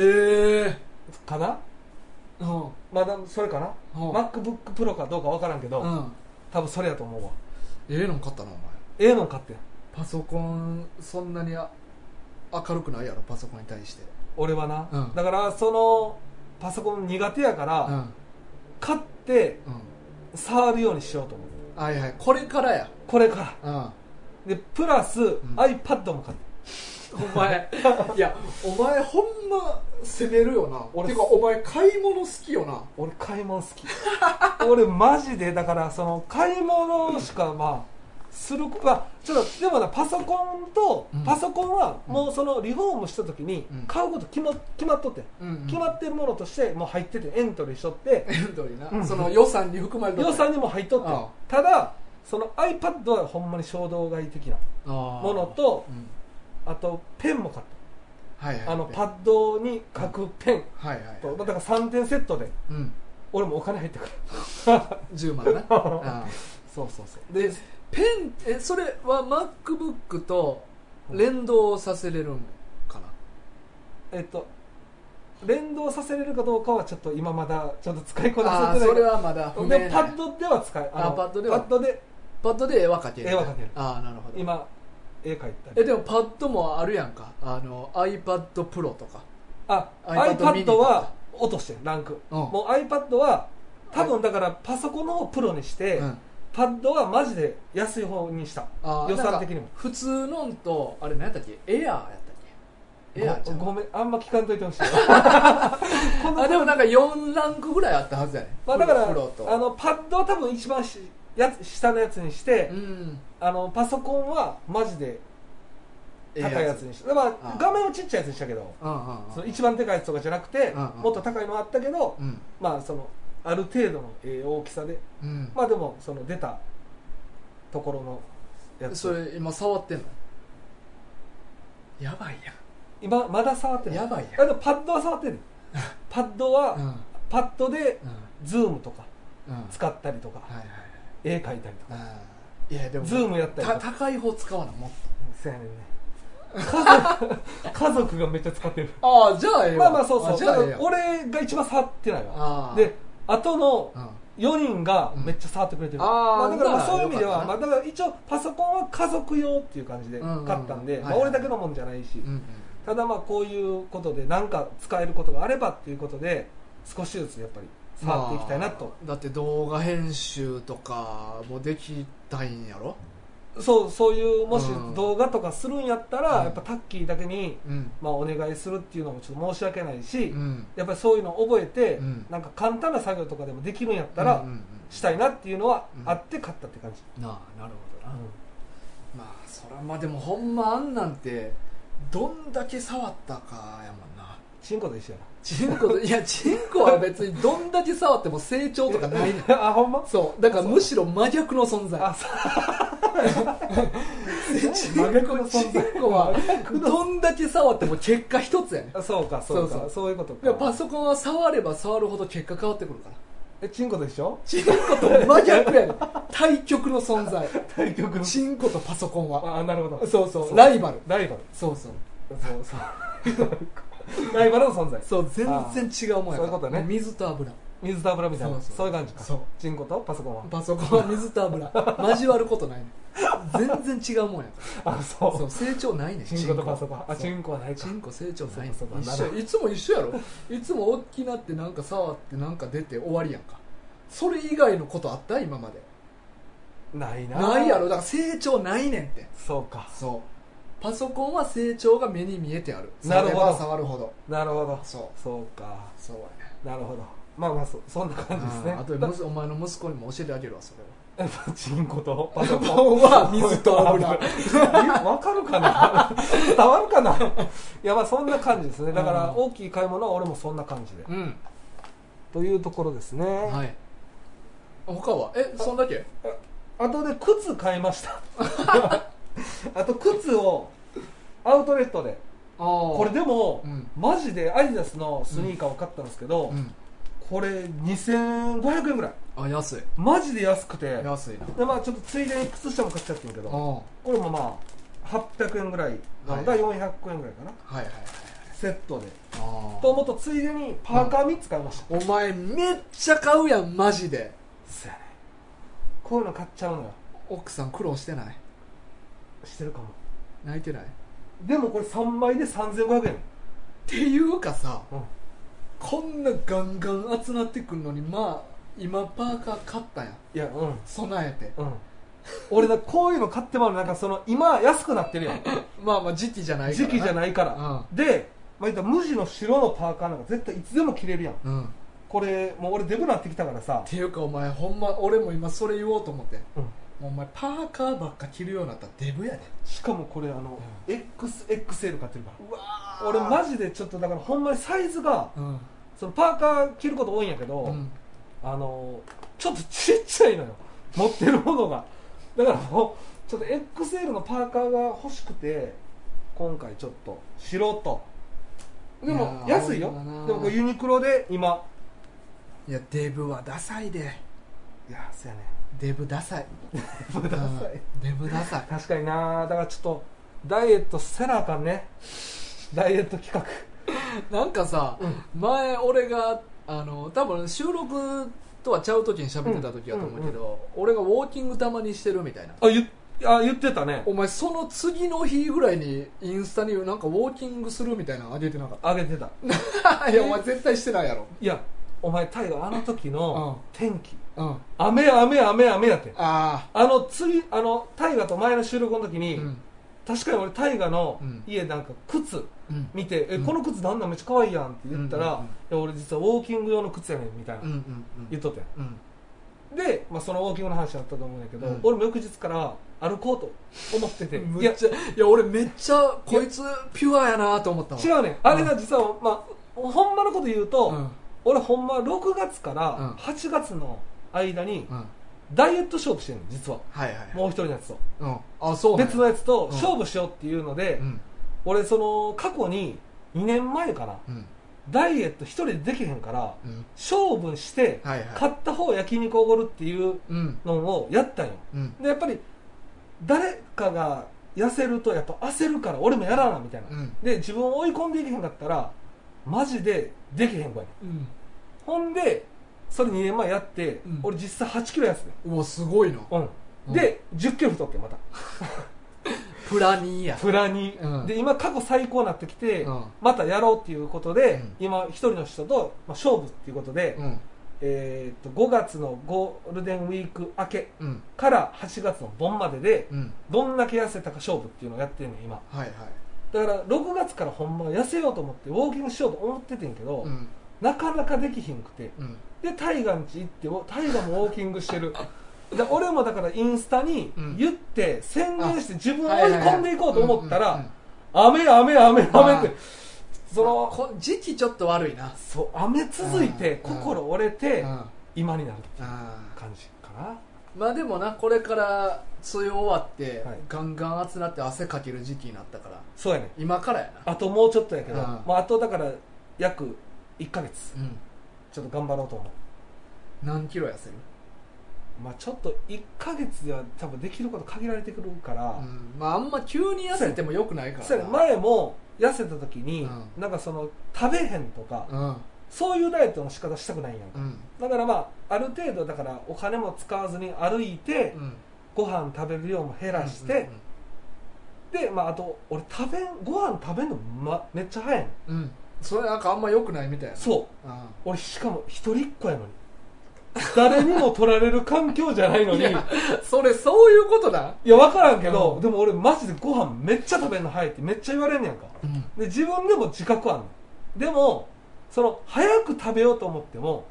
えうかなうんうんまだそれかな、MacBook Pro かどうかわからんけど、うん多分それやと思うわええのん買ったなお前ええのん買ってんパソコンそんなにあ明るくないやろパソコンに対して俺はな、うんだからそのパソコン苦手やから、うんうん買って触るようにしようと思うはいはいこれからやこれからうんでプラス、iPad も買ってお前 <laughs> いやお前ほんま攻めるよな俺てかお前買い物好きよな俺買い物好き俺マジでだからその買い物しかまあするまあちょっとでもなパソコンと、うんパソコンはもうそのリフォームした時にうん買うこと決ま決まっとって、決まってるものとしてもう入っててエントリーしとってエントリーな、うんその予算に含まれた予算にも入っとってああただその iPad はほんまに衝動買い的なももの、とうんあとペンも買っはいはいたあのパッドに書くペンはいはいとだから3点セットでうん俺もお金入ってくるそう10万 <laughs> なあそうそうでペンえそれは MacBook と連動させれるんかな、えっと連動させれるかどうかはちょっと今まだちょっと使いこなあーせてなそいれはまだ不明なでパッドでは使えあのあパッドではパッドでパッドで絵は描ける絵は描けるああなるほど今絵描いたえりでもパッドもあるやんかあの iPadPro とかあ iPad iPad は mini 落としてるランクうんもう iPad は多分だからパソコンの方をプロにして、うんパッドはマジで安い方にしたあー予な算んか的にも普通のんとあれ何やったっけエアーやったっけエアーじゃんごごめんあんま聞かんといてほしい <laughs> こんなあでもなんか4ランクぐらいあったはずやねまあだからプロとあのパッドは多分一番しやつ下のやつにして、うんあのパソコンはマジで高いやつにしてまああー画面をちっちゃいやつにしたけどうんうんその一番でかいやつとかじゃなくて、うんうんもっと高いのあったけど、うんまあそのある程度のえー大きさでうんまあでもその出たところのやつそれ今触ってんのやばいや今まだ触ってないやばいやあでもパッドは触って <laughs> るパッドは、んうんパッドでうんズームとかうんはい使ったりとか、はいはい絵描いたりとかあーいやでもズームやったりとたか高い方使わなもっそうやねんね <laughs> 家族家族がめっちゃ使ってるとああじゃあええまわあまあそうそうじゃあええだやから俺が一番触ってないあわーで後のうん4人がめっちゃ触ってくれてる、うんあーまだからまあならそういう意味では、よかまっあ、だから一応パソコンは家族用っていう感じでうんうんうん買ったんで、まはあ、いはい俺だけのもんじゃないし、うんうんただまあこういうことで何か使えることがあればっていうことで少しずつやっぱり触っていきたいなと、まあだって動画編集とかもできたいんやろそうそういうもしうん動画とかするんやったら、うんやっぱタッキーだけに、うんまあ、お願いするっていうのもちょっと申し訳ないし、うんやっぱりそういうのを覚えて、うんなんか簡単な作業とかでもできるんやったら、うんうんしたいなっていうのはうんあって買ったって感じ、うんなあなるほどなまあそらまあでもほんまあんなんてどんだけ触ったかやもんなチンコと一緒やなチンコといやチンコは別にどんだけ触っても成長とか <laughs> ないあほんまそうだからむしろ真逆の存在あそうでチンコ真逆の存在チンコはどんだけ触っても結果一つやねんあそうかそうかそそううそういうことでかもパソコンは触れば触るほど結果変わってくるからえチンコと一緒チンコと真逆やねん対極の存在対局のチンコとパソコンはあなるほどそうそうそうライバルライバルそうそうそうそうライバルの存在そう全然違うもんやからそういうことねも水と油水と油みたいそなうそうそういう感じかそうチンコとパソコンはパソコンは水と油 <laughs> 交わることないね全然違うもんやかあらそそう成長ないねうチンコとパソコンあチンンコはないチかンコ成長ないねそうか一そう緒いつもか一緒やろいつも大きなってなんか触ってなんか出て終わりやんかそれ以外のことあった今までないなないやろだから成長ないねんってそうかそうパソコンは成長が目に見えてあるなるほど触れば触るほどなるほどそそうかそうやねなるほどまあまあそそんな感じですねあーあとむすお前の息子にも教えてあげるわそれはやっぱチンコ <laughs> とパソパソココンンは水と油 <laughs> わかるかな伝わるかないやまあそんな感じですねだからうん大きい買い物は俺もそんな感じでうんというところですね、はい他はえそんだけあとで靴買いました <laughs> あと靴をアウトレットであここれでも、うんマジでアディダスのスニーカーを買ったんですけど、うんこれ2500円ぐらいあ安いマジで安くて安いなでまあちょっとついでに靴下も買っちゃってるけどうんこれもまあ800円ぐらいなのがはい400円ぐらいかなはいはいはいセットであと思うとついでにパーカー3つ買いました、お前めっちゃ買うやんマジでそうやねこういうの買っちゃうのよ奥さん苦労してないしてるかも泣いてないっでもこれ3枚で3500円、ていうかさうん、こんなガンガン集まってくんのにまあ今パーカー買ったやんいやうん備えてうん俺だこういうの買ってもらうなんかその今安くなってるやんまあまあ時期じゃないから時期じゃいないから、で、まあ、言ったら無地の白のパーカーなんか絶対いつでも着れるやんうんっこれもう俺デブなってきたからさ、ていうかお前ほんま俺も今それ言おうと思ってうんもうお前パーカーばっか着るようになったらデブやでしかもこれあの、XXL 買ってるかうわら俺マジでちょっとだからほんまにサイズがうんそのパーカー着ること多いんやけど、うんあのちょっとちっちゃいのよ持ってるものがだからもうちょっと XL のパーカーが欲しくて今回ちょっと白とでいやもー安いよほんまだなでもこれユニクロで今いやデブはダサいでいやそうやねデブダサいくださういんデブダサい確かになだからちょっとダイエットせなあかんねダイエット企画なんか <laughs> さ、前俺があの多分収録とはちゃう時に喋ってた時やと思うけど、俺がウォーキングたまにしてるみたいなあゆあ言ってたねお前その次の日ぐらいにインスタになんかウォーキングするみたいなのあげてなかっあげてた <laughs> たいやお前絶対してないやろいやお前タイガあの時の天気、うんあ雨雨雨雨やってああの次あのタイガと前の収録の時に、うん確かに俺タイガのうん家なんか靴うん見て、うんえこの靴なんだめっちゃ可愛いやんって言ったうんら、うんうんいや俺実はウォーキング用の靴やねんみたいな、うんうんう言んっとったやんうんで、まあ、そのウォーキングの話だったと思うんだけど、うん俺も翌日から歩こうと思ってていむやっちゃいや俺めっちゃこいつピュアやなと思ったもん違うねんあれが実は、まあほんまのこと言うと、うん俺ほんま6月かうんら8月の間にうんはいダイエット勝負してんの実ははいはいもう一人のやつとうんあそうなんや別のやつとん勝負しようっていうので、うん俺その過去に2年前かなうんダイエット一人でできへんからうん勝負してはいはい買った方焼肉おごるっていううんのをやったんようんでやっぱり誰かが痩せるとやっぱ焦るから俺もやらなみたいな、うんで自分を追い込んでいけへんかったらマジでできへん子やねんうんほんでそれ2年前やって、うん俺実際8キロ痩せてうわすごいなうん、うんで10キロ太ってまたプラニーやプラに、うんで今過去最高になってきて、うんまたやろうっていうことで、うん今一人の人と、まあ、勝負っていうことで、うんえーっと5月のゴールデンウィーク明けうんから8月の盆までで、うんどんだけ痩せたか勝負っていうのをやってるの今はいはいだから6月からほんま痩せようと思ってウォーキングしようと思っててんけど、うんなかなかできひんくてうんでタイガんち行っておタイガもウォーキングしてるで俺もだからインスタにうん言って宣言して自分をは追いはは込んでいこうと思ったうんうんら雨雨雨雨っあーてそのこ時期ちょっと悪いなそう雨続いてうん心折れてあ今になるあ感じかなまあでもなこれから梅雨終わって、はいガンガン暑なって汗かける時期になったからそうやね今からやなあともうちょっとやけどうんまああとだから約1ヶ月うんちょっと頑張ろうと思う何キロ痩せる、まあちょっと1ヶ月では多分できること限られてくるから、うんまああんま急に痩せてもよくないからなそうやね前も痩せた時に、うんなんかその食べへんとか、うんそういうダイエットの仕方したくないやんうか、んだからまあある程度だからお金も使わずに歩いて、うんご飯食べる量も減らして、でまああと俺食べんご飯食べんの、ま、めっちゃ早いのうん、うんうん、それなんかあんま良くないみたいなう、、そうん俺しかも一人っ子やのに誰にも取られる環境じゃないの <laughs> にいやそれそういうことだ分からんけど、うんでも俺マジでご飯めっちゃ食べんの早いってめっちゃ言われんねやんかうんで自分でも自覚あんのでもその早く食べようと思っても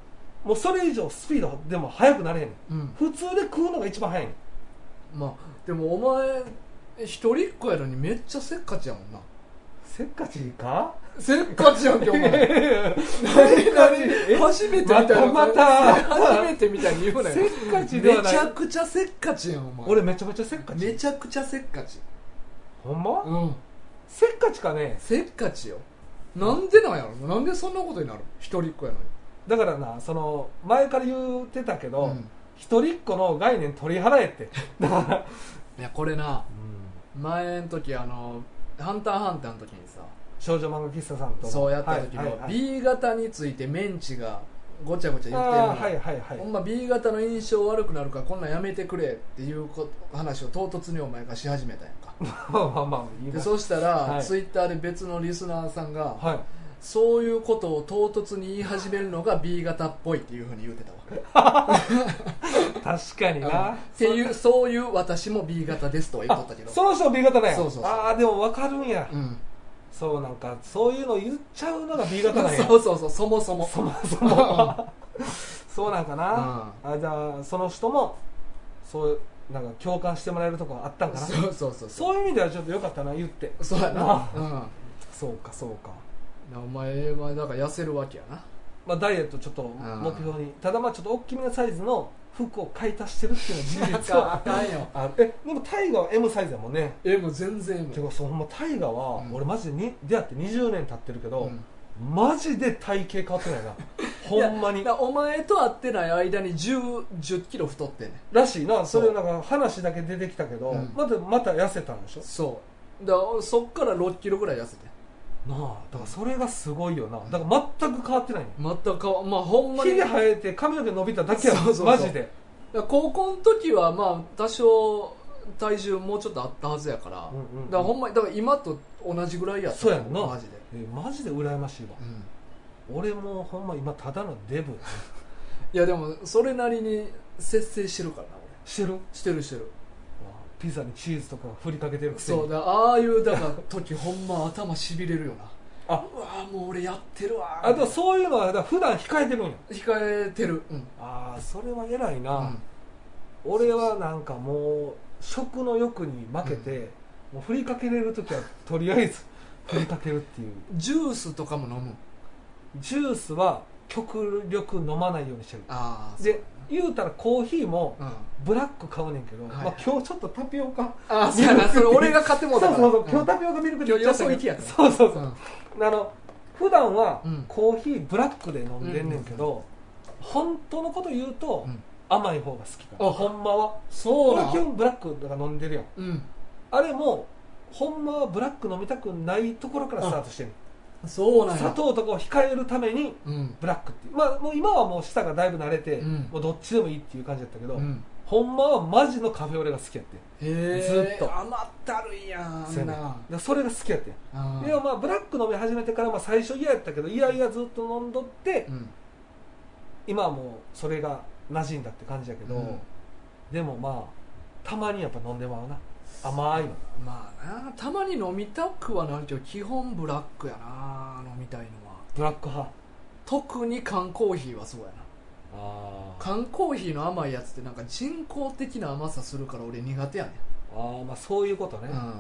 もうそれ以上スピードでも速くなれへんねんうん普通で食うのが一番早いねんまあでもお前一人っ子やのにめっちゃせっかちやも <laughs> んなせっかち <laughs> かせっかちやんけお前せっかちえ初めてみたいなまたまた初めてみたいに言うなよせっかちではめなちゃいくちゃせっかちやんお前俺めちゃめちゃせっかめちちゃくちゃせっかちほんまうんせっかちかねせっかちよなんでなんやろなんでそんなことになる一人っ子やのにだからなその前から言ってたけど、うん一人っ子の概念取り払えって <laughs> だから、いやこれな前の時あの「ハンターハンター」の時にさ少女漫画喫茶さんとそうやった時はいはいのはい B 型についてメンチがごちゃごちゃ言ってるのあにーはいはいはほいんま B 型の印象悪くなるからこんなんやめてくれっていうこと話を唐突にお前がし始めたやん <laughs> かまあまあまあいいでなそしたら、はいツイッターで別のリスナーさんが、はいそういうことを唐突に言い始めるのが B 型っぽいっていうふうに言うてた <laughs> わ確かにな、うんっていうそういう私も B 型ですとは言っとったけどその人 B 型だよそうそうそうああでも分かるんや、うん、そうなんかそういうの言っちゃうのが B 型なんやそうそうそうそもそもそもそもそうなんかな、あじゃあその人もそうなんか共感してもらえるとこあったんかなそうそうそうそうそういう意味ではちょっとよかったな言ってそうやなあ、うんそうかそうか、なお前はだから痩せるわけやなまあ、ダイエットちょっと目標にただまあちょっと大きめなサイズの服を買い足してるっていうのは事実あはかんよあえでもタイガは M サイズやもんねえもう全然えてかそうほんまタイガは、うん俺マジでに出会って20年経ってるけど、うんマジで体型変わってないな <laughs> ほんまにお前と会ってない間に1 0キロ太ってんねんらしいなそれなんか話だけ出てきたけど、うんまたまた痩せたんでしょそうだからそっから6キロぐらい痩せてなあだからそれがすごいよなだから全く変わってないの全く変わまあほんまひにげ生えて髪の毛伸びただけやそうそうそうマジで、だから高校の時はまあ多少体重もうちょっとあったはずやから、うんうんうんだからほんまにだから今と同じぐらいやったそうやんなマジで、えマジで羨ましいわうん、俺もほんま今ただのデブいやでもそれなりに節制してるからな俺してるしてるしてるピザにチーズとか振りかけてるくせにそうだああいうだから時ほんま頭しびれるよなあうわーもう俺やってるわーあでもそういうのはだから普段控えてるんや控えてるうんああそれは偉いな、うん俺はなんかもう食の欲に負けて、もう振りかけれる時はとりあえず <laughs> 振りかけるっていうジュースとかも飲むジュースは極力飲まないようにしてるああで言うたらコーヒーもうん、あブラック買うねんけど、はいはいまあ、今日ちょっとタピオカあそう <laughs> やなそれ俺が買ってもそううたそからうそう、ん今日タピオカミルクティー今日よそ行きやからそうそうそうう、んあの普段はうんコーヒーブラックで飲んでんねんけど、本当のこと言うと、うん甘い方が好きかなあほんまはそう俺な基ん本ブラックだから飲んでるやんうんあれもほんまはブラック飲みたくないところからスタートしてんねそうなんやん砂糖とかを控えるためにうんブラックっていうまあもう今はもう舌がだいぶ慣れて、うんもうどっちでもいいっていう感じだったけど、うんほんまはマジのカフェオレが好きやってんへえずっと甘ったるいやんあそうやんねんだなからそれが好きやってんあーでもまあブラック飲み始めてからまあ最初嫌やったけどいやいやずっと飲んどって、うん今はもうそれが馴染んだって感じやけど、うんでもまあたまにやっぱ飲んでまうな甘いのまあなたまに飲みたくはなるけど基本ブラックやな飲みたいのはブラック派特に缶コーヒーはそうやなあー缶コーヒーの甘いやつってなんか人工的な甘さするから俺苦手やねあーまあそういうことね、んあ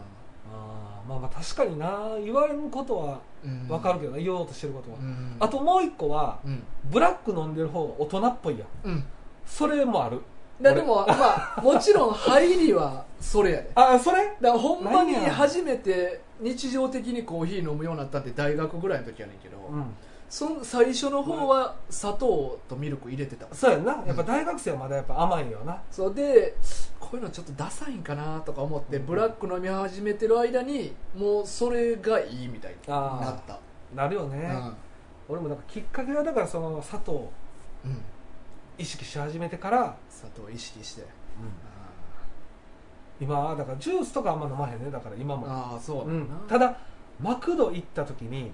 ーまあまあ確かにな言われることはうん分かるけどな、言おうとしてることは、うんあともう一個はうんブラック飲んでる方が大人っぽいやんうんそれもあるだでもまあもちろん入りはそれやであーそれだからほんまに何や初めて日常的にコーヒー飲むようになったって大学ぐらいの時やねんけど、うんその最初の方は砂糖とミルク入れてたわそうやんなやっぱ大学生はまだやっぱ甘いよなそうでこういうのちょっとダサいんかなとか思って、うんブラック飲み始めてる間にもうそれがいいみたいにあーなった、なるよね、うん俺もなんかきっかけはだからその砂糖をうん、意識し始めてから、砂糖を意識して、今だからジュースとかあんま飲まへんねだから今も、ああそううだんな、、ただマクド行った時に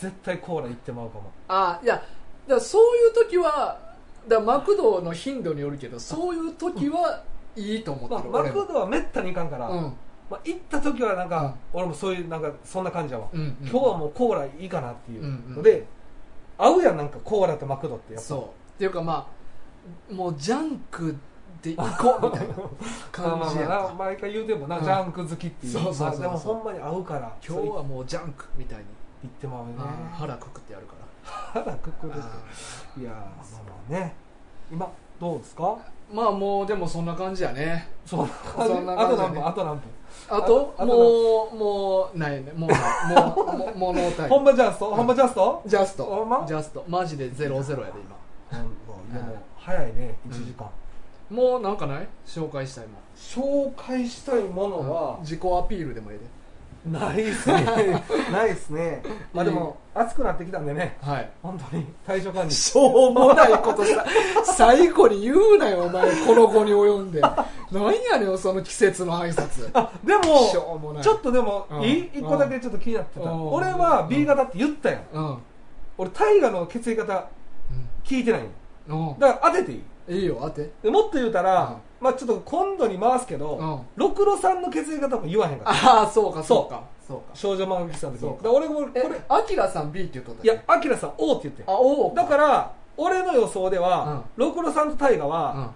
絶対コーラ行ってまうかもああいやだからそういう時はだからマクドの頻度によるけどそういう時はいいと思ってまる、あ、マ俺クもドはめったに行かんから、うんまあ、行った時はなんか、俺もそういうなんかそんな感じやわ、うんうん今日はもうコーラいいかなっていううんうのんで、合うやんなんかコーラとマクドってやっぱそうっていうかまあもうジャンクで行こうみたいな感じやんまあまあまあか毎回言うてもな、うんジャンク好きっていうそうそうそうそうまあでもほんまに合うから今日はもうジャンクみたいに、行ってまうよねあー腹くくってやるから腹くくるっていやーまあまあね今どうですかまあもうでもそんな感じやねそんな感じそんな感 <laughs> あじとだ何ね分あと何分あとああともうもうないねもうないもうもうもうノータイム本場ジャスト本場ジャスト、ジャスト、ほんまジャストマジでゼロゼロやで今うん、いやもう早いね1時間、もうなんかない紹介したいもん紹介したいものは自己アピールでもいいでないですね <laughs> ないですねまあでも暑くなってきたんでねはい本当に体調管理しょうもないこと <laughs> さ最後に言うなよお前この子に及んで何やねんその季節の挨拶あでしょもうもないちょっとでもうんいい一個だけちょっと気になってたうん俺は B 型って言ったやんうん俺大河の血液型聞いてないんようんだから当てていいうんいいよ当てでもっと言うたうんら、まあちょっと今度に回すけど、うんろくろさんの血液型も言わへんかっああそうかそうかそうたか少女漫画喫茶の時そうにかだから俺もこえれアキラさん B って言っとったいやアキラさん O って言ってんあおだから俺の予想では、ろくろさんと大河は、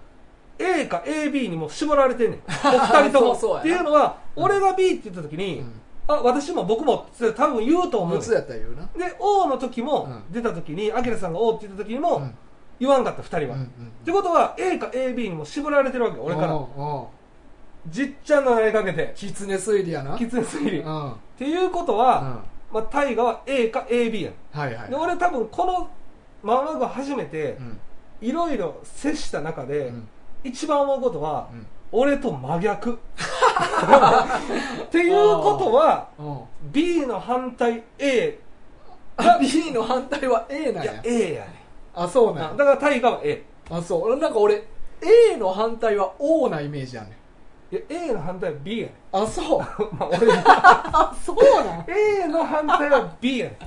うん A か AB にもう絞られてんねんお二人と <laughs> もそうそうやなっていうのは、うん俺が B って言った時に、うんあ私も僕もって多分言うと思無うねん痛やったら言うなで O の時も、うん出た時にアキラさんが O って言った時にも、うん言わんかった二人うんは、うっんてことは A か AB にも絞られてるわけよ俺かららじっちゃんの名前かけてキツネ推理やなきついすぎる、うっんうんていうことはは、まあ、タイガは A か AB やんいはいで俺多分この漫画が初めてうんいろいろ接した中で、うん一番思うことは、うん俺と真逆っていうことはうん B の反対 A あ B の反対は A なんいやや A やねあそうだなかんやら大河は A あそうなんか俺 A の反対は O なイメージやねんいや A の反対は B やねあそうまあ俺あそうなん A の反対は B やね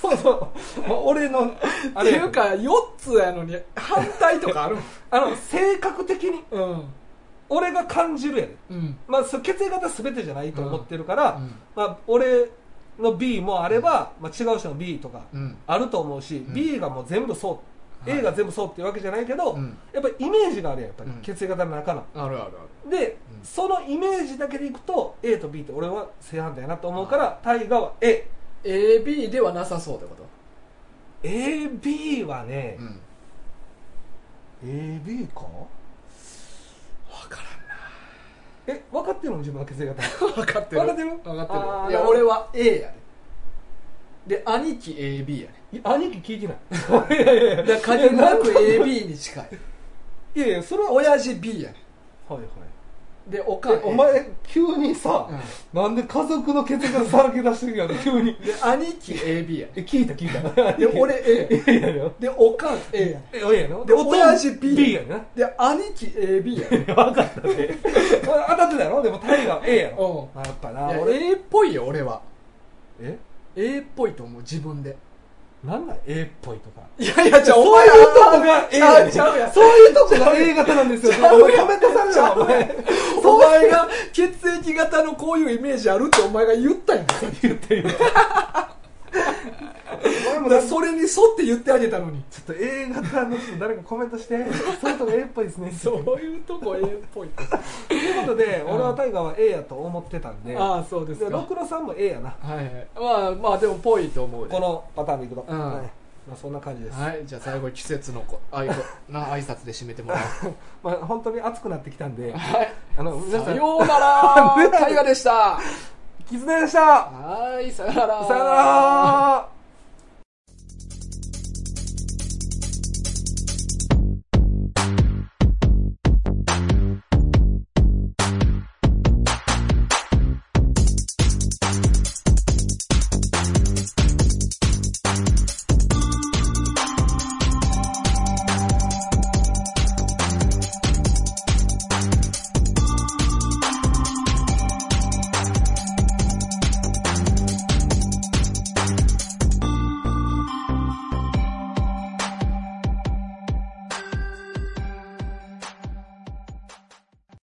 そうそう、まあ、俺のっあてれいやうけどか4つやのに反対とかあるあの性格的に <laughs> うん俺が感じるやねうんまあ、そう血液型全てじゃないと思ってるから、うんまあ、俺の B もあれば、まあ、違う人の B とかうんあると思うし、B がもう全部そう、はい A が全部そうっていうわけじゃないけど、うんやっぱりイメージがあるやんやっぱり、うん血液型の中のあるあるあるで、うんそのイメージだけでいくと A と B って俺は正反対やなと思うから大河は AB ではなさそうってこと AAB はねう、ん AB か分からんえ分かってるの自分の血液型分かってる分かってる分かあってるいーなるやほど俺は A やねで兄貴 AB やねいや <laughs> 兄貴聞いてない <laughs> いやいやいやだから限りなくいやんか AB に近いいやいやそれははい親父 B やねはいでおかんえ A お前急にさ、うなんで家族の血液型さらけ出してる <laughs> やん急にで兄貴 AB やねえ聞い <laughs> た聞いたで俺い A やいやいやでおかん A やねえ、おやので親父 B B やな。で兄貴 AB やね <laughs> 分かったね。 <laughs> 当たってたやろでもタイガー A やろ。うまあやっぱいな、や俺、 A っぽいよ俺はえ A っぽいと思う自分でなんなん A っぽいとか。いやいやじゃあそういうとこが A ちやゃねうちゃうやんそういうとこが A 型なんですよ。ちゃうやお前んコメントされるな、お前。お前が血液型のこういうイメージあるってお前が言ったやんだか言って言って。お前もらだちょそれに沿って言ってあげたのにっと A 型の人誰かコメントして、そういうとこ A っぽいですね。そういうとこ A っぽいということで、俺はタイガーは A やと思ってたんで、ああそうですで、かろくろさんも A やな。はいはいまあまあでもぽいと思うでこのパターンでいくと。うんはいまあそんな感じです。はいじゃあ最後に季節のこあいこな挨拶で締めてもらまあ、本当に暑くなってきたんで、あの、おう皆ささん、ようなら <laughs> ね大河でした絆でしたはいさようならさよなら